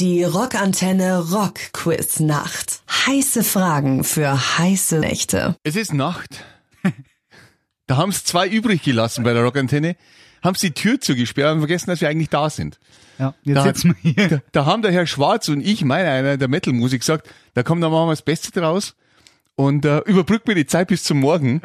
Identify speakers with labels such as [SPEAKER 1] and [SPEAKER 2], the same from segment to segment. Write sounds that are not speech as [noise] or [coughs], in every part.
[SPEAKER 1] Die Rockantenne Rockquiznacht. Heiße Fragen für heiße Nächte.
[SPEAKER 2] Es ist Nacht. Da haben es zwei übrig gelassen bei der Rockantenne. Haben sie die Tür zugesperrt und vergessen, dass wir eigentlich da sind.
[SPEAKER 3] Ja, jetzt
[SPEAKER 2] Da,
[SPEAKER 3] sitzen wir hier.
[SPEAKER 2] [laughs] Da, da haben der Herr Schwarz und ich, meiner einer der Metal-Musik, gesagt, da komm, da machen wir das Beste draus und äh, überbrück mir die Zeit bis zum Morgen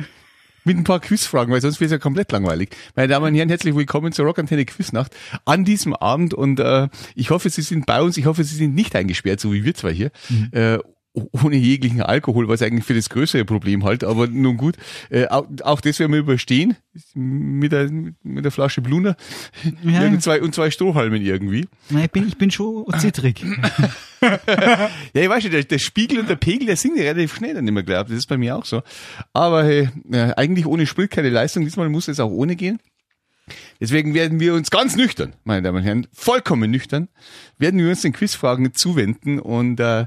[SPEAKER 2] mit ein paar Quizfragen, weil sonst wird es ja komplett langweilig. Meine Damen und Herren, herzlich willkommen zur Rockantenne Quiznacht an diesem Abend und äh, ich hoffe, Sie sind bei uns, ich hoffe, Sie sind nicht eingesperrt, so wie wir zwei hier. Äh, ohne jeglichen Alkohol, was eigentlich für das größere Problem halt, aber nun gut, äh, auch, auch das werden wir überstehen, mit der, mit der Flasche Bluner
[SPEAKER 3] Ja.
[SPEAKER 2] Irgend zwei, und zwei Strohhalmen irgendwie.
[SPEAKER 3] Nein, ich bin, ich bin schon zittrig.
[SPEAKER 2] Ja, ich weiß schon, der, der Spiegel und der Pegel, der singt ja relativ schnell dann immer gleich ab. Das ist bei mir auch so. Aber hey, ja, eigentlich ohne Sprit keine Leistung. Diesmal muss es auch ohne gehen. Deswegen werden wir uns ganz nüchtern, meine Damen und Herren, vollkommen nüchtern, werden wir uns den Quizfragen zuwenden. Und äh,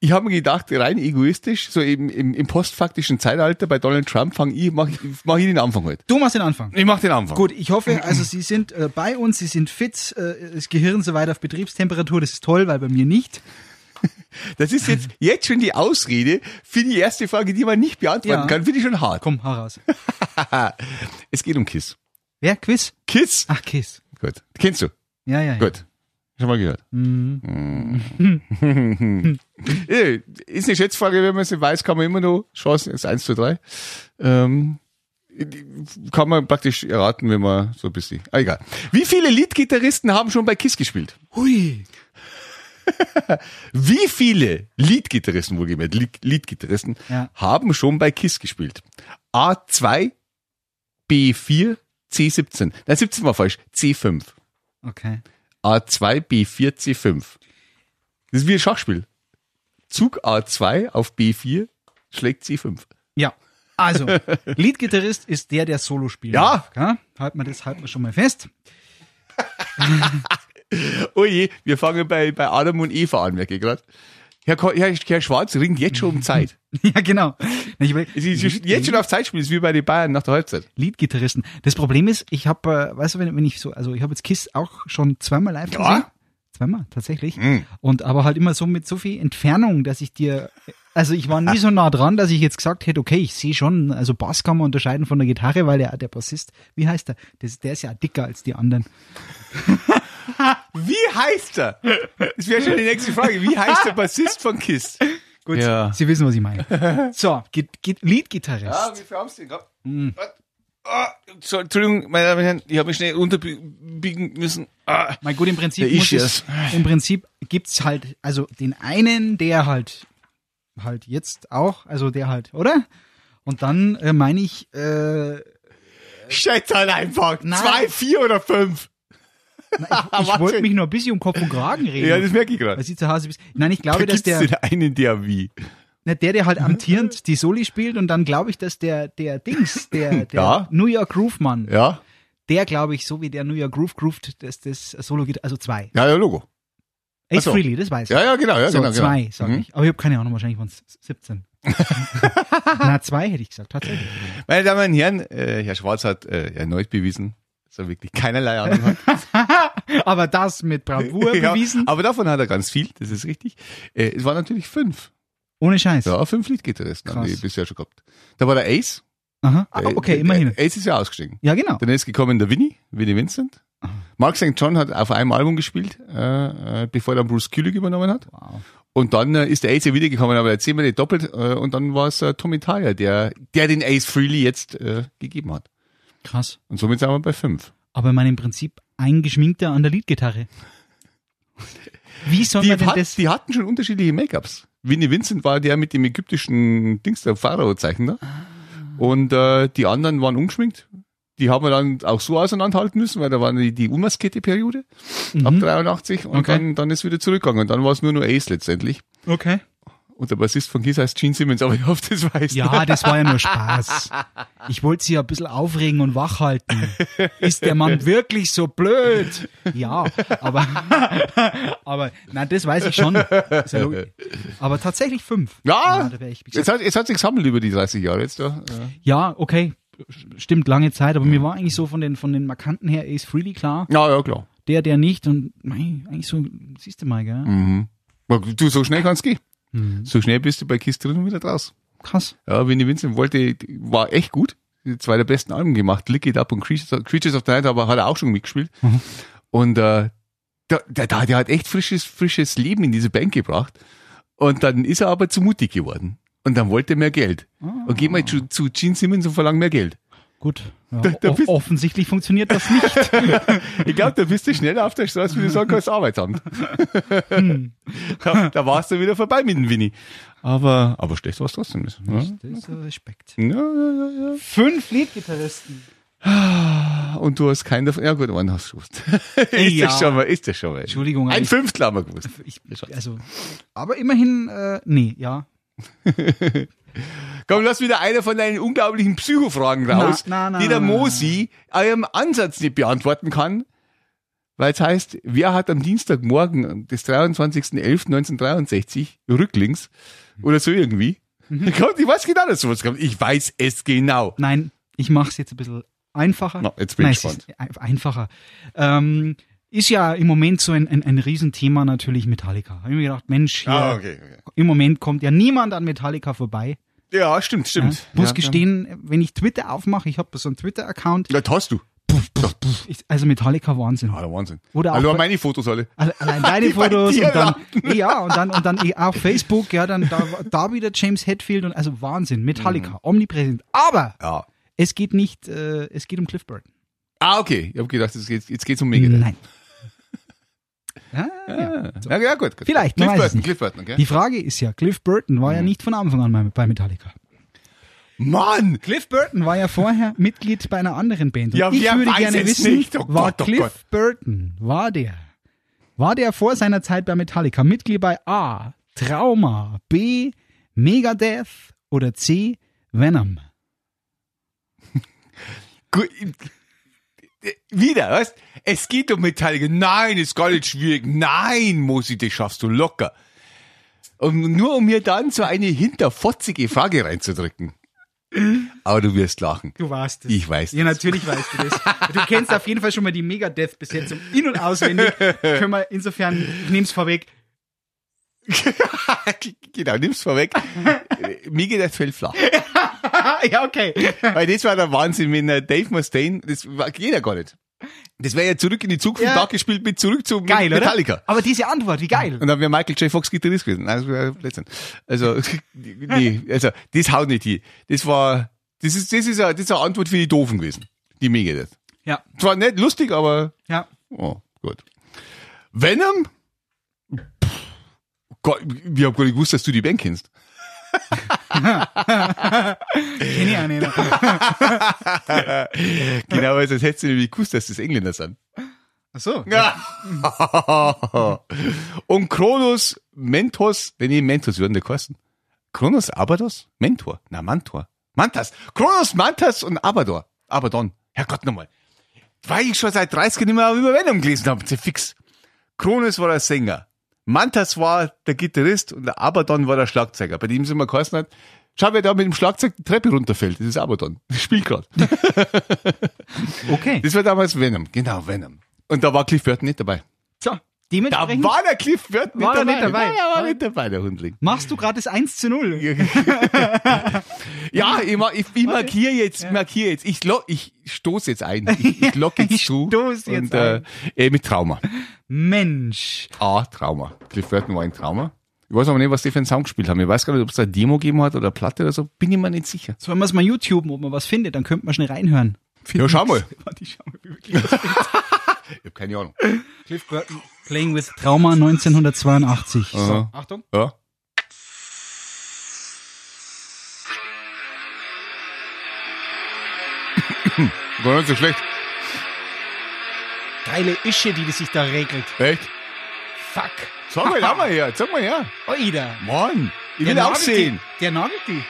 [SPEAKER 2] ich habe mir gedacht, rein egoistisch, so eben im, im postfaktischen Zeitalter bei Donald Trump, fang ich, mache ich, mach ich den Anfang heute.
[SPEAKER 3] Du machst den Anfang.
[SPEAKER 2] Ich mache den Anfang.
[SPEAKER 3] Gut, ich hoffe, also Sie sind äh, bei uns, Sie sind fit, äh, das Gehirn soweit auf Betriebstemperatur, das ist toll, weil bei mir nicht.
[SPEAKER 2] Das ist jetzt, jetzt schon die Ausrede für die erste Frage, die man nicht beantworten
[SPEAKER 3] Ja.
[SPEAKER 2] kann. Finde ich schon hart.
[SPEAKER 3] Komm, hau raus.
[SPEAKER 2] Es geht um Kiss.
[SPEAKER 3] Wer? Quiz?
[SPEAKER 2] Kiss?
[SPEAKER 3] Ach, Kiss.
[SPEAKER 2] Gut. Kennst du?
[SPEAKER 3] Ja, ja, ja.
[SPEAKER 2] Gut. Schon mal gehört. [laughs] Äh, Ist eine Schätzfrage, wenn man sie weiß, kann man immer noch Chancen, ist 1 zu 3. Ähm, die kann man praktisch erraten, wenn man so ein bisschen. Ah, egal. Wie viele Leadgitarristen haben schon bei KISS gespielt?
[SPEAKER 3] Hui.
[SPEAKER 2] Wie viele Leadgitarristen, wohlgemerkt, Lead- Leadgitarristen,
[SPEAKER 3] Ja.
[SPEAKER 2] haben schon bei KISS gespielt? A2, B4, C17. Nein, 17 war falsch. C5.
[SPEAKER 3] Okay.
[SPEAKER 2] A2, B4, C5. Das ist wie ein Schachspiel. Zug A2 auf B4 schlägt C5.
[SPEAKER 3] Ja. Also, Leadgitarrist ist der, der Solo spielt.
[SPEAKER 2] Ja.
[SPEAKER 3] ja. Halten wir das, halten wir schon mal fest. [laughs]
[SPEAKER 2] Oh je, wir fangen bei, bei Adam und Eva an, merke ich gerade. Herr, Ko- Herr, Herr Schwarz ringt jetzt schon um Zeit.
[SPEAKER 3] ja, genau. Ich überleg-
[SPEAKER 2] Es ist jetzt schon auf Zeitspiel, es ist wie bei den Bayern nach der Halbzeit.
[SPEAKER 3] Leadgitarristen. Das Problem ist, ich habe, äh, weißt du, wenn, wenn ich so, also ich habe jetzt Kiss auch schon zweimal live
[SPEAKER 2] Ja.
[SPEAKER 3] gesehen. Zweimal, tatsächlich. Und aber halt immer so mit so viel Entfernung, dass ich dir, also ich war nie so nah dran, dass ich jetzt gesagt hätte, okay, ich sehe schon, also Bass kann man unterscheiden von der Gitarre, weil der, der Bassist, wie heißt der? Das, der ist ja dicker als die anderen.
[SPEAKER 2] Wie heißt er? Das wäre schon die nächste Frage. Wie heißt der Bassist von Kiss?
[SPEAKER 3] Gut,
[SPEAKER 2] Ja.
[SPEAKER 3] Sie wissen, was ich meine. So, Git- Git- Leadgitarrist.
[SPEAKER 2] Ah, wie viel haben Sie denn gehabt? Ah, Entschuldigung, meine Damen und Herren, ich habe mich schnell unterbiegen müssen. Ah.
[SPEAKER 3] Mein gut, im Prinzip,
[SPEAKER 2] Der ist
[SPEAKER 3] muss es,
[SPEAKER 2] es.
[SPEAKER 3] im Prinzip gibt's halt, also den einen, der halt, halt jetzt auch, also der halt, oder? Und dann äh, meine ich, äh,
[SPEAKER 2] Schätz halt einfach.
[SPEAKER 3] Nein.
[SPEAKER 2] Zwei, vier oder fünf.
[SPEAKER 3] ich
[SPEAKER 2] [laughs] Wahnsinn.
[SPEAKER 3] wollte mich nur ein bisschen um Kopf und Kragen reden.
[SPEAKER 2] Ja, das merke ich
[SPEAKER 3] weil
[SPEAKER 2] gerade.
[SPEAKER 3] sie zu Hause bist. Nein, ich
[SPEAKER 2] Da
[SPEAKER 3] glaube, dass
[SPEAKER 2] gibt's
[SPEAKER 3] der,
[SPEAKER 2] den einen, der wie.
[SPEAKER 3] ne, der, der halt amtierend die Soli spielt und dann glaube ich, dass der, der Dings,
[SPEAKER 2] [laughs]
[SPEAKER 3] der, der
[SPEAKER 2] Ja.
[SPEAKER 3] New York Groove Mann,
[SPEAKER 2] Ja,
[SPEAKER 3] der glaube ich, so wie der New York Groove groovt, dass das Solo geht, also zwei.
[SPEAKER 2] ja, ja, Logo.
[SPEAKER 3] Ace
[SPEAKER 2] so.
[SPEAKER 3] Freely, das weiß ich.
[SPEAKER 2] Ja, ja, genau, ja,
[SPEAKER 3] so,
[SPEAKER 2] genau.
[SPEAKER 3] zwei,
[SPEAKER 2] genau.
[SPEAKER 3] sag
[SPEAKER 2] Mhm.
[SPEAKER 3] ich. Aber ich habe keine Ahnung, wahrscheinlich waren es 17. [laughs] Na, zwei hätte ich gesagt, tatsächlich.
[SPEAKER 2] Meine Damen und Herren, äh, Herr Schwarz hat äh, erneut bewiesen, dass er wirklich keinerlei Ahnung
[SPEAKER 3] [laughs]
[SPEAKER 2] hat.
[SPEAKER 3] Aber das mit
[SPEAKER 2] [laughs]
[SPEAKER 3] Bravour
[SPEAKER 2] Ja,
[SPEAKER 3] bewiesen.
[SPEAKER 2] aber davon hat er ganz viel, das ist richtig. Äh, es waren natürlich fünf.
[SPEAKER 3] Ohne Scheiß.
[SPEAKER 2] Ja, fünf Liedgitarristen haben
[SPEAKER 3] Krass.
[SPEAKER 2] die bisher schon gehabt. Da war der Ace.
[SPEAKER 3] Aha. Ah,
[SPEAKER 2] Äh,
[SPEAKER 3] okay,
[SPEAKER 2] der-
[SPEAKER 3] immerhin.
[SPEAKER 2] Ace ist ja ausgestiegen.
[SPEAKER 3] Ja, genau.
[SPEAKER 2] Dann ist gekommen der Winnie, Winnie Vincent. Mark St. John hat auf einem Album gespielt, äh, äh, bevor dann Bruce Kulick übernommen hat.
[SPEAKER 3] Wow.
[SPEAKER 2] Und dann äh, ist der Ace ja wiedergekommen, aber der zehnmal nicht doppelt. Äh, und dann war es äh, Tommy Tyre, der, der den Ace Freely jetzt äh, gegeben hat.
[SPEAKER 3] Krass.
[SPEAKER 2] Und somit sind wir bei fünf.
[SPEAKER 3] Aber man im Prinzip eingeschminkter an der Leadgitarre. Wie soll
[SPEAKER 2] Die,
[SPEAKER 3] man denn
[SPEAKER 2] hat,
[SPEAKER 3] das?
[SPEAKER 2] die hatten schon unterschiedliche Make-ups. Winnie Vincent war der mit dem ägyptischen Dings, der Pharao-Zeichen da.
[SPEAKER 3] Ah.
[SPEAKER 2] Und äh, die anderen waren ungeschminkt. Die haben wir dann auch so auseinanderhalten müssen, weil da war die, die unmaskierte Periode ab 83 und
[SPEAKER 3] Mhm. Okay.
[SPEAKER 2] dann, dann ist wieder zurückgegangen. Und dann war es nur nur Ace letztendlich.
[SPEAKER 3] Okay.
[SPEAKER 2] Und der Bassist von Kiss heißt Gene Simmons, aber ich hoffe, das weißt du.
[SPEAKER 3] Ja, das war ja nur Spaß. Ich wollte sie ja ein bisschen aufregen und wach halten. Ist der Mann wirklich so blöd? Ja, aber, aber, nein, das weiß ich schon. Ist ja logisch. aber tatsächlich fünf.
[SPEAKER 2] Ja,
[SPEAKER 3] da wär ich, wie
[SPEAKER 2] jetzt
[SPEAKER 3] gesagt,
[SPEAKER 2] hat, jetzt hat sich gesammelt über die 30 Jahre jetzt da. Äh,
[SPEAKER 3] ja, okay. Stimmt, lange Zeit, aber mir war eigentlich so von den, von den Markanten her Ace Freely klar.
[SPEAKER 2] Ja, ja, klar.
[SPEAKER 3] der, der nicht. Und mei, eigentlich so, siehst du mal, gell?
[SPEAKER 2] Mhm. Du, so schnell kannst gehen.
[SPEAKER 3] Mhm.
[SPEAKER 2] So schnell bist du bei Kiss drin und wieder draus.
[SPEAKER 3] Krass.
[SPEAKER 2] Ja, Winnie Vincent wollte, war echt gut. Zwei der besten Alben gemacht. Lick It Up und Creatures Creatures of the Night, aber hat er auch schon mitgespielt. Und äh, der, der, der, der hat halt echt frisches, frisches Leben in diese Band gebracht. Und dann ist er aber zu mutig geworden. Und dann wollte er mehr Geld. Und geh mal zu, zu Gene Simmons und verlang mehr Geld.
[SPEAKER 3] Gut. Ja,
[SPEAKER 2] Da- da
[SPEAKER 3] o-
[SPEAKER 2] bist-
[SPEAKER 3] offensichtlich funktioniert das nicht.
[SPEAKER 2] Ich glaube, da bist du schneller auf der Straße, wie du sagen kannst, Arbeitsamt. [laughs] da, da warst du wieder vorbei mit dem Winnie. Aber, aber schlecht war es trotzdem nicht. Ne?
[SPEAKER 3] das ist äh, Respekt.
[SPEAKER 2] Ja, ja, ja, ja.
[SPEAKER 3] Fünf Leadgitarristen.
[SPEAKER 2] Und du hast keinen davon. Ja gut, einen hast du gewusst. [laughs] ist
[SPEAKER 3] Ja.
[SPEAKER 2] das schon mal, ist das schon mal.
[SPEAKER 3] Entschuldigung,
[SPEAKER 2] Ein
[SPEAKER 3] ich-
[SPEAKER 2] Fünftel haben wir gewusst.
[SPEAKER 3] Ich, also, aber immerhin, äh, nee, ja.
[SPEAKER 2] Komm, lass wieder eine von deinen unglaublichen Psychofragen raus,
[SPEAKER 3] na, na,
[SPEAKER 2] die der
[SPEAKER 3] na, na,
[SPEAKER 2] Mosi eurem Ansatz nicht beantworten kann. Weil es heißt, wer hat am Dienstagmorgen des 23.11.1963 rücklings oder so irgendwie?
[SPEAKER 3] Mhm.
[SPEAKER 2] [laughs] Kommt, ich weiß genau, dass sowas kommt. Ich weiß es genau.
[SPEAKER 3] Nein, ich mache es jetzt ein bisschen einfacher.
[SPEAKER 2] Na, jetzt bin
[SPEAKER 3] Nein,
[SPEAKER 2] ich
[SPEAKER 3] es ist ein- einfacher. Ähm, ist ja im Moment so ein, ein, ein Riesenthema natürlich Metallica. Habe ich mir gedacht, Mensch, hier,
[SPEAKER 2] Ah, okay, okay.
[SPEAKER 3] im Moment kommt ja niemand an Metallica vorbei.
[SPEAKER 2] Ja, stimmt,
[SPEAKER 3] Ja?
[SPEAKER 2] stimmt.
[SPEAKER 3] Muss
[SPEAKER 2] ja,
[SPEAKER 3] gestehen, wenn ich Twitter aufmache, ich habe so einen Twitter-Account.
[SPEAKER 2] Ja, das hast du.
[SPEAKER 3] Ich- Also Metallica Wahnsinn.
[SPEAKER 2] Ah, der Wahnsinn.
[SPEAKER 3] Oder auch
[SPEAKER 2] Hallo,
[SPEAKER 3] bei-
[SPEAKER 2] meine Fotos alle.
[SPEAKER 3] Alle- Allein deine
[SPEAKER 2] [laughs] Die bei
[SPEAKER 3] Fotos
[SPEAKER 2] dir
[SPEAKER 3] und dann,
[SPEAKER 2] landen.
[SPEAKER 3] ja, und dann, und dann eh auf Facebook, ja, dann da, da wieder James Hetfield und also Wahnsinn, Metallica,
[SPEAKER 2] Mhm.
[SPEAKER 3] omnipräsent. Aber
[SPEAKER 2] Ja.
[SPEAKER 3] es geht nicht, äh, es geht um Cliff Burton.
[SPEAKER 2] Ah, okay. Ich habe gedacht, jetzt geht's, jetzt geht's um Megadeth.
[SPEAKER 3] Nein. Ah, ja.
[SPEAKER 2] Ah. Ja, ja, gut, gut.
[SPEAKER 3] Vielleicht, man
[SPEAKER 2] Cliff
[SPEAKER 3] weiß es
[SPEAKER 2] Burton,
[SPEAKER 3] nicht.
[SPEAKER 2] Cliff Burton, okay? Mhm.
[SPEAKER 3] Die Frage ist ja, Cliff Burton war ja nicht von Anfang an bei- bei Metallica.
[SPEAKER 2] Mann!
[SPEAKER 3] Cliff Burton war ja vorher [laughs] Mitglied bei einer anderen Band. Und
[SPEAKER 2] Ja,
[SPEAKER 3] ich
[SPEAKER 2] wer
[SPEAKER 3] würde
[SPEAKER 2] weiß
[SPEAKER 3] gerne
[SPEAKER 2] es
[SPEAKER 3] wissen,
[SPEAKER 2] nicht? Oh
[SPEAKER 3] war
[SPEAKER 2] Gott, oh
[SPEAKER 3] Cliff
[SPEAKER 2] Gott.
[SPEAKER 3] Burton, war der, war der vor seiner Zeit bei Metallica Mitglied bei A, Trauma, B, Megadeth oder C, Venom?
[SPEAKER 2] Gu- äh, Wieder, weißt Es geht um Metallica. Nein, ist gar nicht schwierig. Nein, Mosi, das schaffst du locker. Und nur um mir dann so eine hinterfotzige Frage reinzudrücken. Aber du wirst
[SPEAKER 3] [laughs]
[SPEAKER 2] lachen.
[SPEAKER 3] Du warst es.
[SPEAKER 2] Ich weiß
[SPEAKER 3] Ja,
[SPEAKER 2] das.
[SPEAKER 3] natürlich weißt du das. Du kennst auf jeden Fall schon mal die Megadeth-Besetzung in- und auswendig. Können wir insofern, ich nehm's vorweg,
[SPEAKER 2] genau, nimm's vorweg. [laughs] Mir geht das fällt flach.
[SPEAKER 3] Ah,
[SPEAKER 2] [laughs]
[SPEAKER 3] ja, okay.
[SPEAKER 2] Weil das war der Wahnsinn mit äh, Dave Mustaine. Das war- geht ja gar nicht. Das wäre ja zurück in die Zukunft
[SPEAKER 3] Ja.
[SPEAKER 2] nachgespielt mit zurück zu
[SPEAKER 3] Geil, oder?
[SPEAKER 2] Metallica.
[SPEAKER 3] Aber diese Antwort, wie geil.
[SPEAKER 2] Und dann wäre Michael J. Fox Gitarrist gewesen. Nein, das wäre Blödsinn. Also, [laughs] nee, also, das haut nicht hin. Das war, das ist, das ist eine, das ist eine Antwort für die Doofen gewesen. Die mega das.
[SPEAKER 3] Ja,
[SPEAKER 2] Zwar nicht lustig, aber,
[SPEAKER 3] ja.
[SPEAKER 2] oh, gut. Venom? Pff, Gott, wir haben gar nicht gewusst, dass du die Band kennst.
[SPEAKER 3] Kenn ich auch nicht.
[SPEAKER 2] Genau, weil sonst hättest du nämlich gewusst, dass das Engländer sind.
[SPEAKER 3] Ach so.
[SPEAKER 2] Ja. Und Kronos, Mentos, wenn nee, Mentos würden der kosten. Kronos, Abados, Mentor, na Mantor, Mantas, Kronos, Mantas und Abador, Abaddon. Herrgott nochmal. Weil ich schon seit 30 Jahren nicht mehr über Venom gelesen habe, sehr fix. Kronos war der Sänger, Mantas war der Gitarrist und der Abaddon war der Schlagzeuger, bei dem es immer geheißen hat, schau, wer da mit dem Schlagzeug die Treppe runterfällt, das ist Abaddon, das spielt gerade.
[SPEAKER 3] Okay.
[SPEAKER 2] Das war damals Venom, genau, Venom. Und da war Cliff Burton nicht dabei.
[SPEAKER 3] So,
[SPEAKER 2] Da
[SPEAKER 3] dementsprechend
[SPEAKER 2] war der Cliff Burton
[SPEAKER 3] War er nicht dabei?
[SPEAKER 2] Nein, er war nicht dabei, der Hundling.
[SPEAKER 3] machst du gerade das 1 zu 0.
[SPEAKER 2] Ja, ich, ma- ich, ich markiere jetzt, markiere jetzt. Ich, lo- ich stoße jetzt [laughs] ein. Ich, ich lock jetzt
[SPEAKER 3] Ich
[SPEAKER 2] zu.
[SPEAKER 3] stoß jetzt
[SPEAKER 2] und, Äh, äh, mit Trauma.
[SPEAKER 3] Mensch.
[SPEAKER 2] A, Trauma. Cliff Burton war ein Trauma. Ich weiß aber nicht, was die für einen Sound gespielt haben. Ich weiß gar nicht, ob es da eine Demo gegeben hat oder eine Platte oder so. Bin ich mir nicht sicher.
[SPEAKER 3] Sollen wir es mal YouTuben, ob man was findet, dann könnte man schnell reinhören. [laughs]
[SPEAKER 2] Ja, schau mal.
[SPEAKER 3] Warte, ich schau mal wirklich.
[SPEAKER 2] Ich habe keine Ahnung.
[SPEAKER 3] Cliff Burton Playing with Trauma 1982. So,
[SPEAKER 2] Aha.
[SPEAKER 3] Achtung.
[SPEAKER 2] [laughs] Ja. Gar nicht so schlecht.
[SPEAKER 3] Geile Ische, die sich da regelt.
[SPEAKER 2] Echt?
[SPEAKER 3] Fuck.
[SPEAKER 2] Sag mal, sag mal her, sag mal her.
[SPEAKER 3] Oida.
[SPEAKER 2] Mann, ich
[SPEAKER 3] Der
[SPEAKER 2] will auch
[SPEAKER 3] nagelt die-
[SPEAKER 2] sehen.
[SPEAKER 3] Der nagelt die.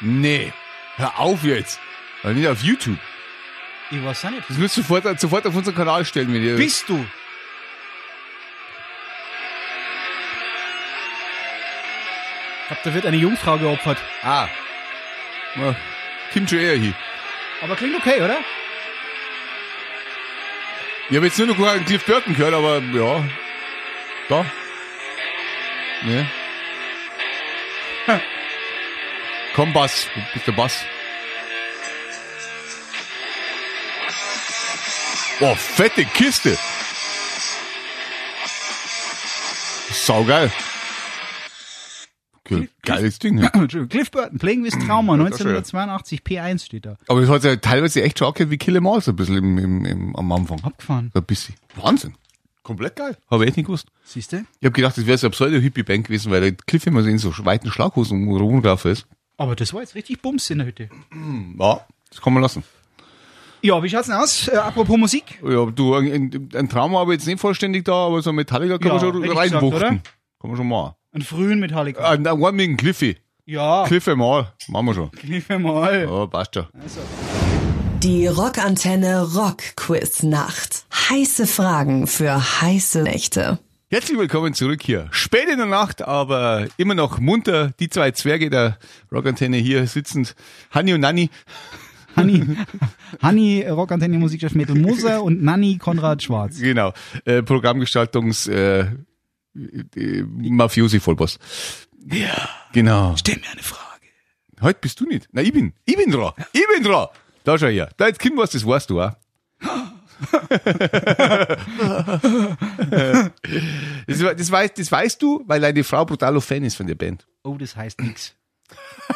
[SPEAKER 2] Nee, hör auf jetzt. Weil nicht auf YouTube.
[SPEAKER 3] Ich weiß auch nicht.
[SPEAKER 2] Das müsst ihr sofort, sofort auf unseren Kanal stellen, wenn ihr.
[SPEAKER 3] Bist du? Ich glaube, da wird eine Jungfrau geopfert.
[SPEAKER 2] ah. Na, Kim Jong-un hier.
[SPEAKER 3] Aber klingt okay, oder?
[SPEAKER 2] Ich habe jetzt nur noch keinen Cliff Burton gehört, aber ja. Da. Ne. [laughs] Komm, Bass. Du bist der Bass. Oh, fette Kiste. Saugeil. Ge- Geiles Ding. Ja.
[SPEAKER 3] Entschuldigung, Cliff Burton, Playing with Trauma,
[SPEAKER 2] Ja, das ist ja-
[SPEAKER 3] 1982, P1 steht da.
[SPEAKER 2] Aber es hat ja teilweise echt schon angehört wie Kill 'em All so ein bisschen im, im, im, am Anfang.
[SPEAKER 3] Abgefahren.
[SPEAKER 2] So ein bisschen. Wahnsinn. Komplett geil. Habe ich echt nicht gewusst.
[SPEAKER 3] Siehst du?
[SPEAKER 2] Ich habe gedacht, das wäre so eine Pseudo-Hippie-Band gewesen, weil der Cliff immer so in so weiten Schlaghosen rumgelaufen ist.
[SPEAKER 3] Aber das war jetzt richtig Bums in der Hütte.
[SPEAKER 2] Ja, das kann man lassen.
[SPEAKER 3] Ja, wie schaut's denn aus? Äh, apropos Musik?
[SPEAKER 2] Ja, du, ein, ein Traum habe ich jetzt nicht vollständig da, aber so ein Metallica kann
[SPEAKER 3] Ja,
[SPEAKER 2] man schon
[SPEAKER 3] hätte ich
[SPEAKER 2] reinwuchten.
[SPEAKER 3] gesagt,
[SPEAKER 2] Kann man schon machen.
[SPEAKER 3] Einen frühen Metallica.
[SPEAKER 2] Ah, nein, einen mit dem Cliffy.
[SPEAKER 3] Ja,
[SPEAKER 2] Cliffy mal. Machen wir schon.
[SPEAKER 3] Cliff mal.
[SPEAKER 2] Ja, passt schon.
[SPEAKER 1] Die Rockantenne Rock Quiz Nacht. Heiße Fragen für heiße Nächte.
[SPEAKER 2] Herzlich willkommen zurück hier. Spät in der Nacht, aber immer noch munter. Die zwei Zwerge der Rockantenne hier sitzend. Hanni und Nanni.
[SPEAKER 3] [laughs] Hanni, Hanni, äh, Rockantenne Musikchef Metal Moser und Nanni Konrad Schwarz.
[SPEAKER 2] Genau. Äh, Programmgestaltungs, äh, äh, Mafiosi-Vollboss. Ja. Genau.
[SPEAKER 3] Stell mir eine Frage.
[SPEAKER 2] Heute bist du nicht. Na, ich bin, ich bin dran. Ich bin dran. Da schau her. Da jetzt Kind was, das weißt du [laughs] auch. das, we- das, weißt, das weißt du, weil deine Frau brutal Fan ist von der Band.
[SPEAKER 3] Oh, das heißt nix. [laughs]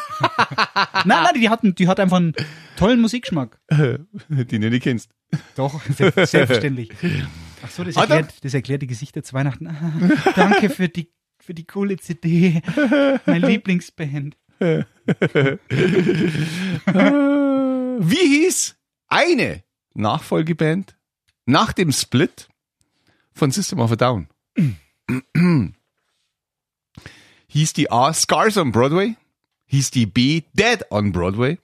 [SPEAKER 3] nein, nein, die hat, die hat einfach einen tollen Musikgeschmack.
[SPEAKER 2] Die du nicht kennst.
[SPEAKER 3] Doch, [laughs] se- selbstverständlich. Ach so, das
[SPEAKER 2] Ah, dann-
[SPEAKER 3] erklärt, das erklärt die Gesichter zu Weihnachten. Ah, Danke für die, für die coole CD. Mein Lieblingsband.
[SPEAKER 2] Äh, Wie hieß eine Nachfolgeband nach dem Split von System of a Down? [clears throat] hieß die A Scars on Broadway? Hieß die B Dead on Broadway?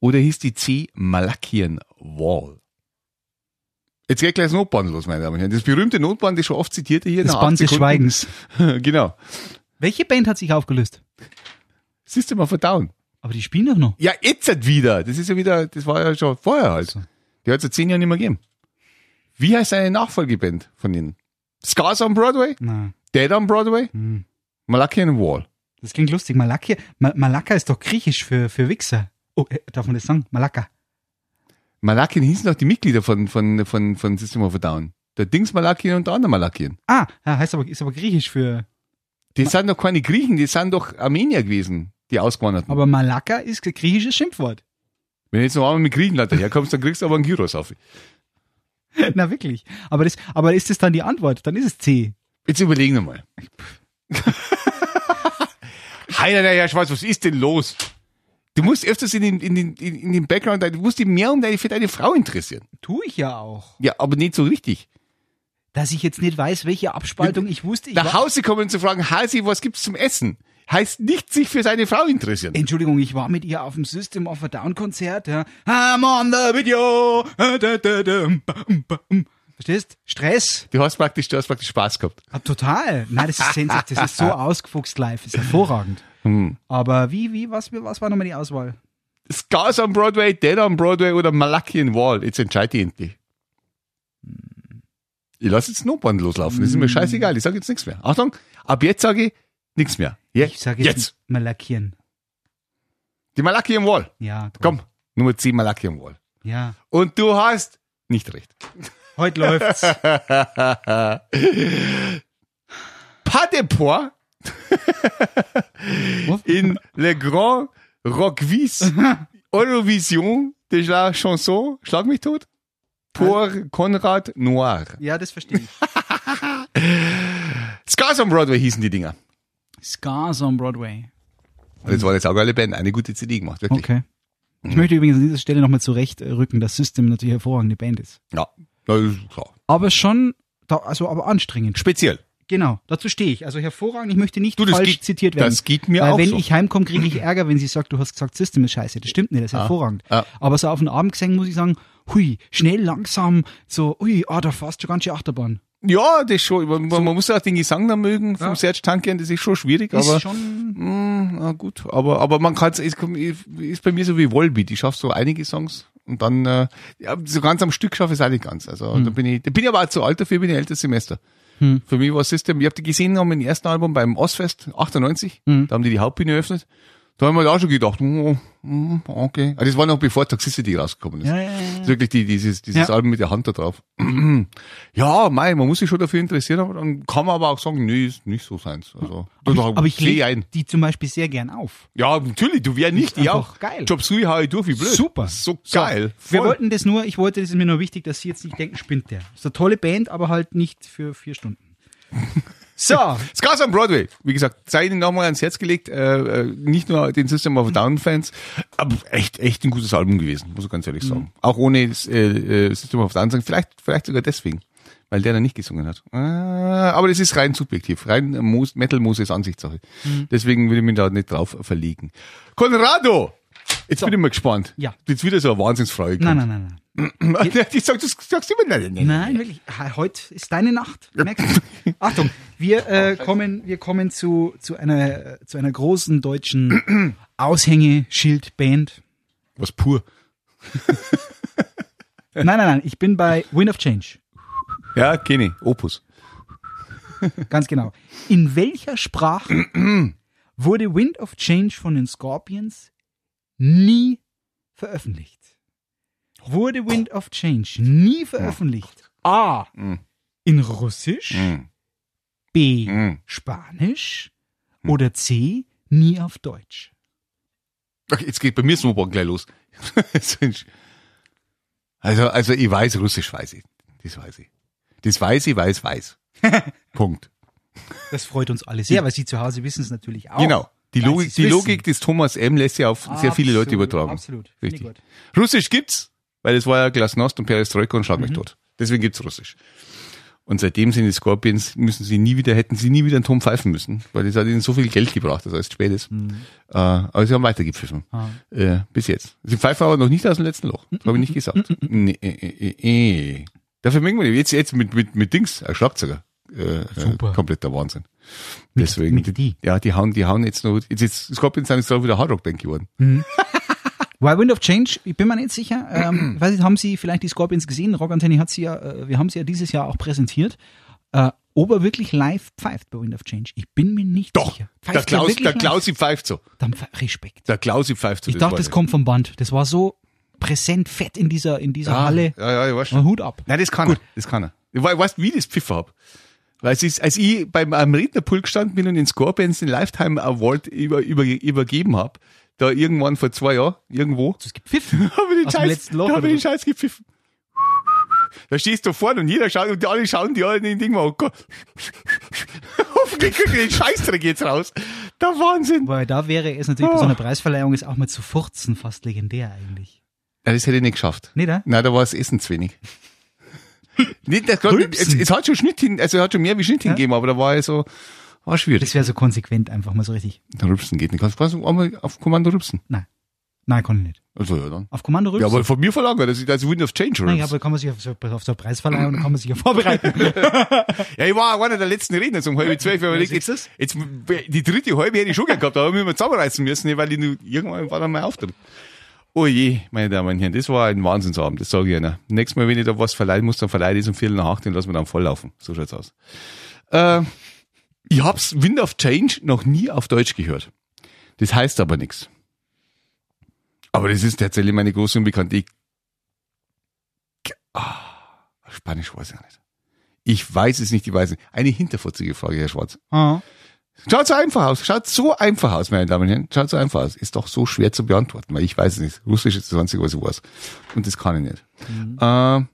[SPEAKER 2] Oder hieß die C Malakian Wall? Jetzt geht gleich das Notband los, meine Damen und Herren. Das berühmte Notband, das schon oft zitierte hier.
[SPEAKER 3] Das
[SPEAKER 2] nach
[SPEAKER 3] Band
[SPEAKER 2] 8
[SPEAKER 3] des
[SPEAKER 2] Sekunden.
[SPEAKER 3] Schweigens.
[SPEAKER 2] [laughs] genau.
[SPEAKER 3] Welche Band hat sich aufgelöst?
[SPEAKER 2] System of a Down.
[SPEAKER 3] Aber die spielen doch noch.
[SPEAKER 2] Ja, jetzt halt wieder. Das ist ja wieder, das war ja schon vorher halt. Die hat es ja zehn Jahre nicht mehr gegeben. Wie heißt eine Nachfolgeband von ihnen? Scars on Broadway?
[SPEAKER 3] Na,
[SPEAKER 2] Dead on Broadway?
[SPEAKER 3] hm.
[SPEAKER 2] Malakian Wall.
[SPEAKER 3] das klingt lustig. Malakia, Ma Malaka ist doch griechisch für, für Wichser. Oh, äh, darf man das sagen? Malaka.
[SPEAKER 2] Malakian hießen doch die Mitglieder von, von, von, von System of a Down. Der Dings Malakian und der andere Malakian.
[SPEAKER 3] Ah, ja, heißt aber, ist aber griechisch für.
[SPEAKER 2] Die sind doch keine Griechen, die sind doch Armenier gewesen, die Ausgewanderten.
[SPEAKER 3] Aber Malaka ist ein griechisches Schimpfwort. [laughs]
[SPEAKER 2] Wenn du jetzt noch einmal mit Griechenland daherkommst, dann kriegst du aber einen Gyros auf.
[SPEAKER 3] Na wirklich. Aber, das, aber ist das dann die Antwort? Dann ist es C.
[SPEAKER 2] Jetzt überlegen wir
[SPEAKER 3] [laughs]
[SPEAKER 2] mal. Heiner, der Herr Schwarz, was ist denn los? Du musst öfters in den, in den, in in den Background, du musst dich mehr um deine, für deine Frau interessieren.
[SPEAKER 3] Tue ich ja auch.
[SPEAKER 2] Ja, aber nicht so richtig.
[SPEAKER 3] Dass ich jetzt nicht weiß, welche Abspaltung ich wusste. Ich
[SPEAKER 2] Nach
[SPEAKER 3] wa-
[SPEAKER 2] Hause kommen und zu fragen, Hasi, was gibt's zum Essen? Heißt nicht, sich für seine Frau interessieren.
[SPEAKER 3] Entschuldigung, ich war mit ihr auf dem System of a Down Konzert. Ja. I'm on the video. Äh, da, da, da, um, ba, um, ba, um. Verstehst? Stress.
[SPEAKER 2] Du hast praktisch, du hast praktisch Spaß gehabt.
[SPEAKER 3] Ah, total. Nein, das ist sensationell. Das ist so ausgefuchst live. Ist hervorragend.
[SPEAKER 2] Hm.
[SPEAKER 3] Aber wie, wie, was, was war nochmal die Auswahl?
[SPEAKER 2] Scars on Broadway, Dead on Broadway oder Malakian Wall. Jetzt entscheide ich endlich.
[SPEAKER 3] Hm.
[SPEAKER 2] Ich lasse jetzt Snowboard loslaufen. Das ist mir scheißegal. Ich sage jetzt nichts mehr. Achtung, ab jetzt sage ich nichts mehr. Je,
[SPEAKER 3] Ich sage jetzt,
[SPEAKER 2] jetzt.
[SPEAKER 3] jetzt. mal lackieren.
[SPEAKER 2] Die Malakian Wall.
[SPEAKER 3] Ja, toll.
[SPEAKER 2] Komm, Nummer 10 Malakian Wall.
[SPEAKER 3] Ja.
[SPEAKER 2] Und du hast nicht recht. [laughs]
[SPEAKER 3] Heute läuft's.
[SPEAKER 2] Padepois in Le Grand Rockvis Eurovision de la Chanson, Schlag mich tot, pour Konrad Noir.
[SPEAKER 3] ja, das verstehe ich.
[SPEAKER 2] Scars on Broadway hießen die Dinger.
[SPEAKER 3] Scars on Broadway.
[SPEAKER 2] Und das war eine saugeile Band, eine gute CD gemacht, wirklich.
[SPEAKER 3] Okay. Ich
[SPEAKER 2] Hm.
[SPEAKER 3] möchte übrigens an dieser Stelle nochmal zurechtrücken, dass System natürlich hervorragende Band ist.
[SPEAKER 2] Ja, das ist klar.
[SPEAKER 3] Aber schon, da, also aber anstrengend.
[SPEAKER 2] Speziell.
[SPEAKER 3] Genau, dazu stehe ich. Also hervorragend, ich möchte nicht
[SPEAKER 2] Du, das
[SPEAKER 3] falsch
[SPEAKER 2] geht-
[SPEAKER 3] zitiert werden.
[SPEAKER 2] das geht mir
[SPEAKER 3] Weil
[SPEAKER 2] auch
[SPEAKER 3] wenn
[SPEAKER 2] so.
[SPEAKER 3] ich heimkomme, kriege ich Ärger, wenn sie sagt, du hast gesagt, System ist scheiße. Das stimmt nicht, das ist hervorragend.
[SPEAKER 2] ah.
[SPEAKER 3] Aber so auf den Abend gesehen muss ich sagen, hui, schnell, langsam, so, ui, ah, da fährst du ganz schön Achterbahn.
[SPEAKER 2] Ja, das schon. Man, man muss auch den Gesang dann mögen vom
[SPEAKER 3] Ja.
[SPEAKER 2] Serge Tankian, das ist schon schwierig,
[SPEAKER 3] Ist
[SPEAKER 2] aber
[SPEAKER 3] schon
[SPEAKER 2] mh, na gut, aber aber man kann es ist bei mir so wie Volbeat, ich schaffe so einige Songs und dann äh, ja, so ganz am Stück schaffe ich es auch nicht ganz. Also
[SPEAKER 3] Hm.
[SPEAKER 2] da bin ich da bin ich aber auch zu alt dafür, bin ich älteres Semester. Für mich war System, ich habe die gesehen haben im ersten Album beim Ostfest 98,
[SPEAKER 3] Hm.
[SPEAKER 2] da haben die die Hauptbühne eröffnet. Da haben wir da auch schon gedacht, oh, mm, okay. Aber das war noch bevor Toxicity rausgekommen ist.
[SPEAKER 3] Ja, ja, ja,
[SPEAKER 2] Das ist wirklich die, dieses, dieses
[SPEAKER 3] Ja.
[SPEAKER 2] Album mit der Hand da drauf. [clears throat] Ja, mei, man muss sich schon dafür interessieren, aber dann kann man aber auch sagen, nee, ist nicht so seins. Also, da-
[SPEAKER 3] Aber ich
[SPEAKER 2] seh
[SPEAKER 3] lege
[SPEAKER 2] ein.
[SPEAKER 3] die zum Beispiel sehr gern auf.
[SPEAKER 2] Ja, natürlich, du wär nicht,
[SPEAKER 3] Ist
[SPEAKER 2] ja.
[SPEAKER 3] einfach geil.
[SPEAKER 2] Job Sui hau ich durch, wie blöd.
[SPEAKER 3] Super.
[SPEAKER 2] So geil.
[SPEAKER 3] So, wir
[SPEAKER 2] Voll.
[SPEAKER 3] wollten das nur, ich wollte, das ist mir nur wichtig, dass Sie jetzt nicht denken, spinnt der. Ist eine tolle Band, aber halt nicht für vier Stunden.
[SPEAKER 2] [laughs]
[SPEAKER 3] So,
[SPEAKER 2] Scars on Broadway, wie gesagt, sei Ihnen nochmal ans Herz gelegt, äh, äh, nicht nur den System of a Down Fans, aber echt, echt ein gutes Album gewesen, muss ich ganz ehrlich
[SPEAKER 3] Mhm.
[SPEAKER 2] sagen. Auch ohne das, äh, äh, System of a Down, vielleicht, vielleicht sogar deswegen, weil der da nicht gesungen hat. Äh, aber das ist rein subjektiv, rein Mos- Metal Moses Ansichtssache.
[SPEAKER 3] Mhm.
[SPEAKER 2] Deswegen will ich mich da nicht drauf verlegen. Conrado! Jetzt bin ich mal gespannt.
[SPEAKER 3] Ja.
[SPEAKER 2] Jetzt wieder so eine Wahnsinnsfrage.
[SPEAKER 3] nein, nein, nein, nein.
[SPEAKER 2] [laughs] Ich sag, das sagst du immer, nein, nein, nein.
[SPEAKER 3] Nein, wirklich. Ha- Heute ist deine Nacht. Merkst du? Achtung, wir äh, kommen, wir kommen zu, zu, einer, äh, zu einer großen deutschen Aushängeschildband.
[SPEAKER 2] Was pur.
[SPEAKER 3] Nein, nein, nein, ich bin bei Wind of Change.
[SPEAKER 2] Ja, keine. Opus.
[SPEAKER 3] Ganz genau. In welcher Sprache wurde Wind of Change von den Scorpions nie veröffentlicht? Wurde Wind of Change nie veröffentlicht? A. In Russisch.
[SPEAKER 2] Hm.
[SPEAKER 3] B.
[SPEAKER 2] Mhm.
[SPEAKER 3] Spanisch oder C, nie auf Deutsch.
[SPEAKER 2] Okay, jetzt geht bei mir Snowboarden gleich los. [laughs] also, also ich weiß, Russisch weiß ich. Das weiß ich. Das weiß ich, weiß, weiß.
[SPEAKER 3] [laughs]
[SPEAKER 2] Punkt.
[SPEAKER 3] Das freut uns alle sehr, weil Sie zu Hause wissen es natürlich auch.
[SPEAKER 2] genau. Die
[SPEAKER 3] weil
[SPEAKER 2] Logik,
[SPEAKER 3] Sie's
[SPEAKER 2] die
[SPEAKER 3] wissen.
[SPEAKER 2] Logik des Thomas M. lässt sich auf sehr viele Leute
[SPEAKER 3] Absolut,
[SPEAKER 2] übertragen.
[SPEAKER 3] Absolut. Finde ich
[SPEAKER 2] Richtig.
[SPEAKER 3] gut.
[SPEAKER 2] Russisch gibt's, weil es war ja Glasnost und Perestroika und
[SPEAKER 3] Mhm.
[SPEAKER 2] Schlag mich tot. Deswegen gibt's Russisch. Und seitdem sind die Scorpions, müssen sie nie wieder, hätten sie nie wieder einen Tom pfeifen müssen, weil das hat ihnen so viel Geld gebracht, das heißt spät ist.
[SPEAKER 3] Mhm.
[SPEAKER 2] Äh, aber sie haben weitergepfiffen.
[SPEAKER 3] Ah.
[SPEAKER 2] Äh, bis jetzt. Sie pfeifen aber noch nicht aus dem letzten Loch. Das habe ich nicht
[SPEAKER 3] [laughs]
[SPEAKER 2] gesagt. Nee, äh, äh, äh. Dafür merken wir jetzt, jetzt mit, mit, mit Dings, ein Schlagzeuger. Äh, Super.
[SPEAKER 3] Super.
[SPEAKER 2] Äh, kompletter Wahnsinn. Deswegen.
[SPEAKER 3] mit die.
[SPEAKER 2] Ja, die hauen, die hauen jetzt nur, jetzt, jetzt Scorpions sind jetzt auch wieder Hardrock-Band geworden.
[SPEAKER 3] Why Wind of Change, ich bin mir nicht sicher. Ähm,
[SPEAKER 2] [clears throat]
[SPEAKER 3] ich weiß nicht, haben Sie vielleicht die Scorpions gesehen? Rock Antenne hat sie ja, äh, wir haben sie ja dieses Jahr auch präsentiert. Äh, ob er wirklich live pfeift bei Wind of Change? Ich bin mir nicht
[SPEAKER 2] Doch,
[SPEAKER 3] sicher.
[SPEAKER 2] der
[SPEAKER 3] er
[SPEAKER 2] Klaus,
[SPEAKER 3] wirklich
[SPEAKER 2] der
[SPEAKER 3] live?
[SPEAKER 2] Klausi pfeift so.
[SPEAKER 3] Dann pfe- Respekt.
[SPEAKER 2] Der Klausi pfeift so.
[SPEAKER 3] Ich dachte,
[SPEAKER 2] war
[SPEAKER 3] das
[SPEAKER 2] der.
[SPEAKER 3] kommt vom Band. Das war so präsent, fett in dieser, in dieser Halle.
[SPEAKER 2] Ah. Ja, ja, ich weiß
[SPEAKER 3] Na,
[SPEAKER 2] schon.
[SPEAKER 3] Hut ab.
[SPEAKER 2] Nein, das kann er. Das kann er. Ich we- weißt, wie ich das Pfiff hab. Weil es ist, als ich beim am Rednerpult gestanden bin und den Scorpions den Lifetime Award über, über, übergeben hab, da irgendwann vor zwei Jahren, irgendwo,
[SPEAKER 3] Also, Es
[SPEAKER 2] [laughs]
[SPEAKER 3] gibt Pfiffen.
[SPEAKER 2] habe ich den
[SPEAKER 3] Aus dem
[SPEAKER 2] Scheiß,
[SPEAKER 3] letzten Loch
[SPEAKER 2] da hab
[SPEAKER 3] oder
[SPEAKER 2] ich den
[SPEAKER 3] was?
[SPEAKER 2] Scheiß gepfiffen. Da stehst du vorne und jeder schaut und die alle schauen die alle in den Ding mal, oh Gott. [laughs] Hoffentlich kriegen wir den Scheißdreck jetzt raus. Der Wahnsinn.
[SPEAKER 3] Weil da wäre es natürlich bei
[SPEAKER 2] Oh.
[SPEAKER 3] so einer Preisverleihung ist auch mal zu furzen fast legendär eigentlich.
[SPEAKER 2] Ja, das hätte ich nicht geschafft.
[SPEAKER 3] Nicht, ne?
[SPEAKER 2] Nein, da war das Essen zu
[SPEAKER 3] [laughs]
[SPEAKER 2] wenig. nicht, das Gott, es,
[SPEAKER 3] Rülpsen.
[SPEAKER 2] es hat schon Schnitt hin, also es hat schon mehr wie Schnitt hingegeben, aber da war ja so, war schwierig.
[SPEAKER 3] Das wäre so konsequent einfach mal so richtig.
[SPEAKER 2] Dann rübsen geht nicht. Kannst, kannst du einmal auf Kommando rübsen?
[SPEAKER 3] Nein. Nein, konnte ich nicht.
[SPEAKER 2] Also ja dann.
[SPEAKER 3] Auf Kommando
[SPEAKER 2] Ja,
[SPEAKER 3] rübsen?
[SPEAKER 2] aber von mir verlangen, dass ich das Wind of Change
[SPEAKER 3] Nein,
[SPEAKER 2] rübs.
[SPEAKER 3] aber kann man sich auf so, auf so eine Preisverleihung kann man sich ja vorbereiten.
[SPEAKER 2] Ja, ich war auch einer der letzten Redner zum halb zwölf, weil ich jetzt,
[SPEAKER 3] siehst
[SPEAKER 2] jetzt, die dritte halbe hätte ich schon gern gehabt, aber wir haben zusammenreißen müssen, weil ich nur, irgendwann war dann mein Auftritt. Oh je, meine Damen und Herren, das war ein Wahnsinnsabend, das sage ich Ihnen. Nächstes Mal, wenn ich da was verleihen muss, dann verleihe ich das um Viertel nach acht und lassen wir dann volllaufen. So schaut's aus. Äh, ich hab's Wind of Change noch nie auf Deutsch gehört. Das heißt aber nichts. Aber das ist tatsächlich meine große Unbekannte. Ich, ah, Spanisch weiß ich auch nicht. Ich weiß es nicht, ich weiß es nicht. Eine hinterfotzige Frage, Herr Schwarz.
[SPEAKER 3] Ah.
[SPEAKER 2] Schaut so einfach aus. Schaut so einfach aus, meine Damen und Herren. Schaut so einfach aus. Ist doch so schwer zu beantworten, weil ich weiß es nicht. Russisch ist das einzige, was ich weiß. Und das kann ich nicht.
[SPEAKER 3] Mhm.
[SPEAKER 2] Ähm,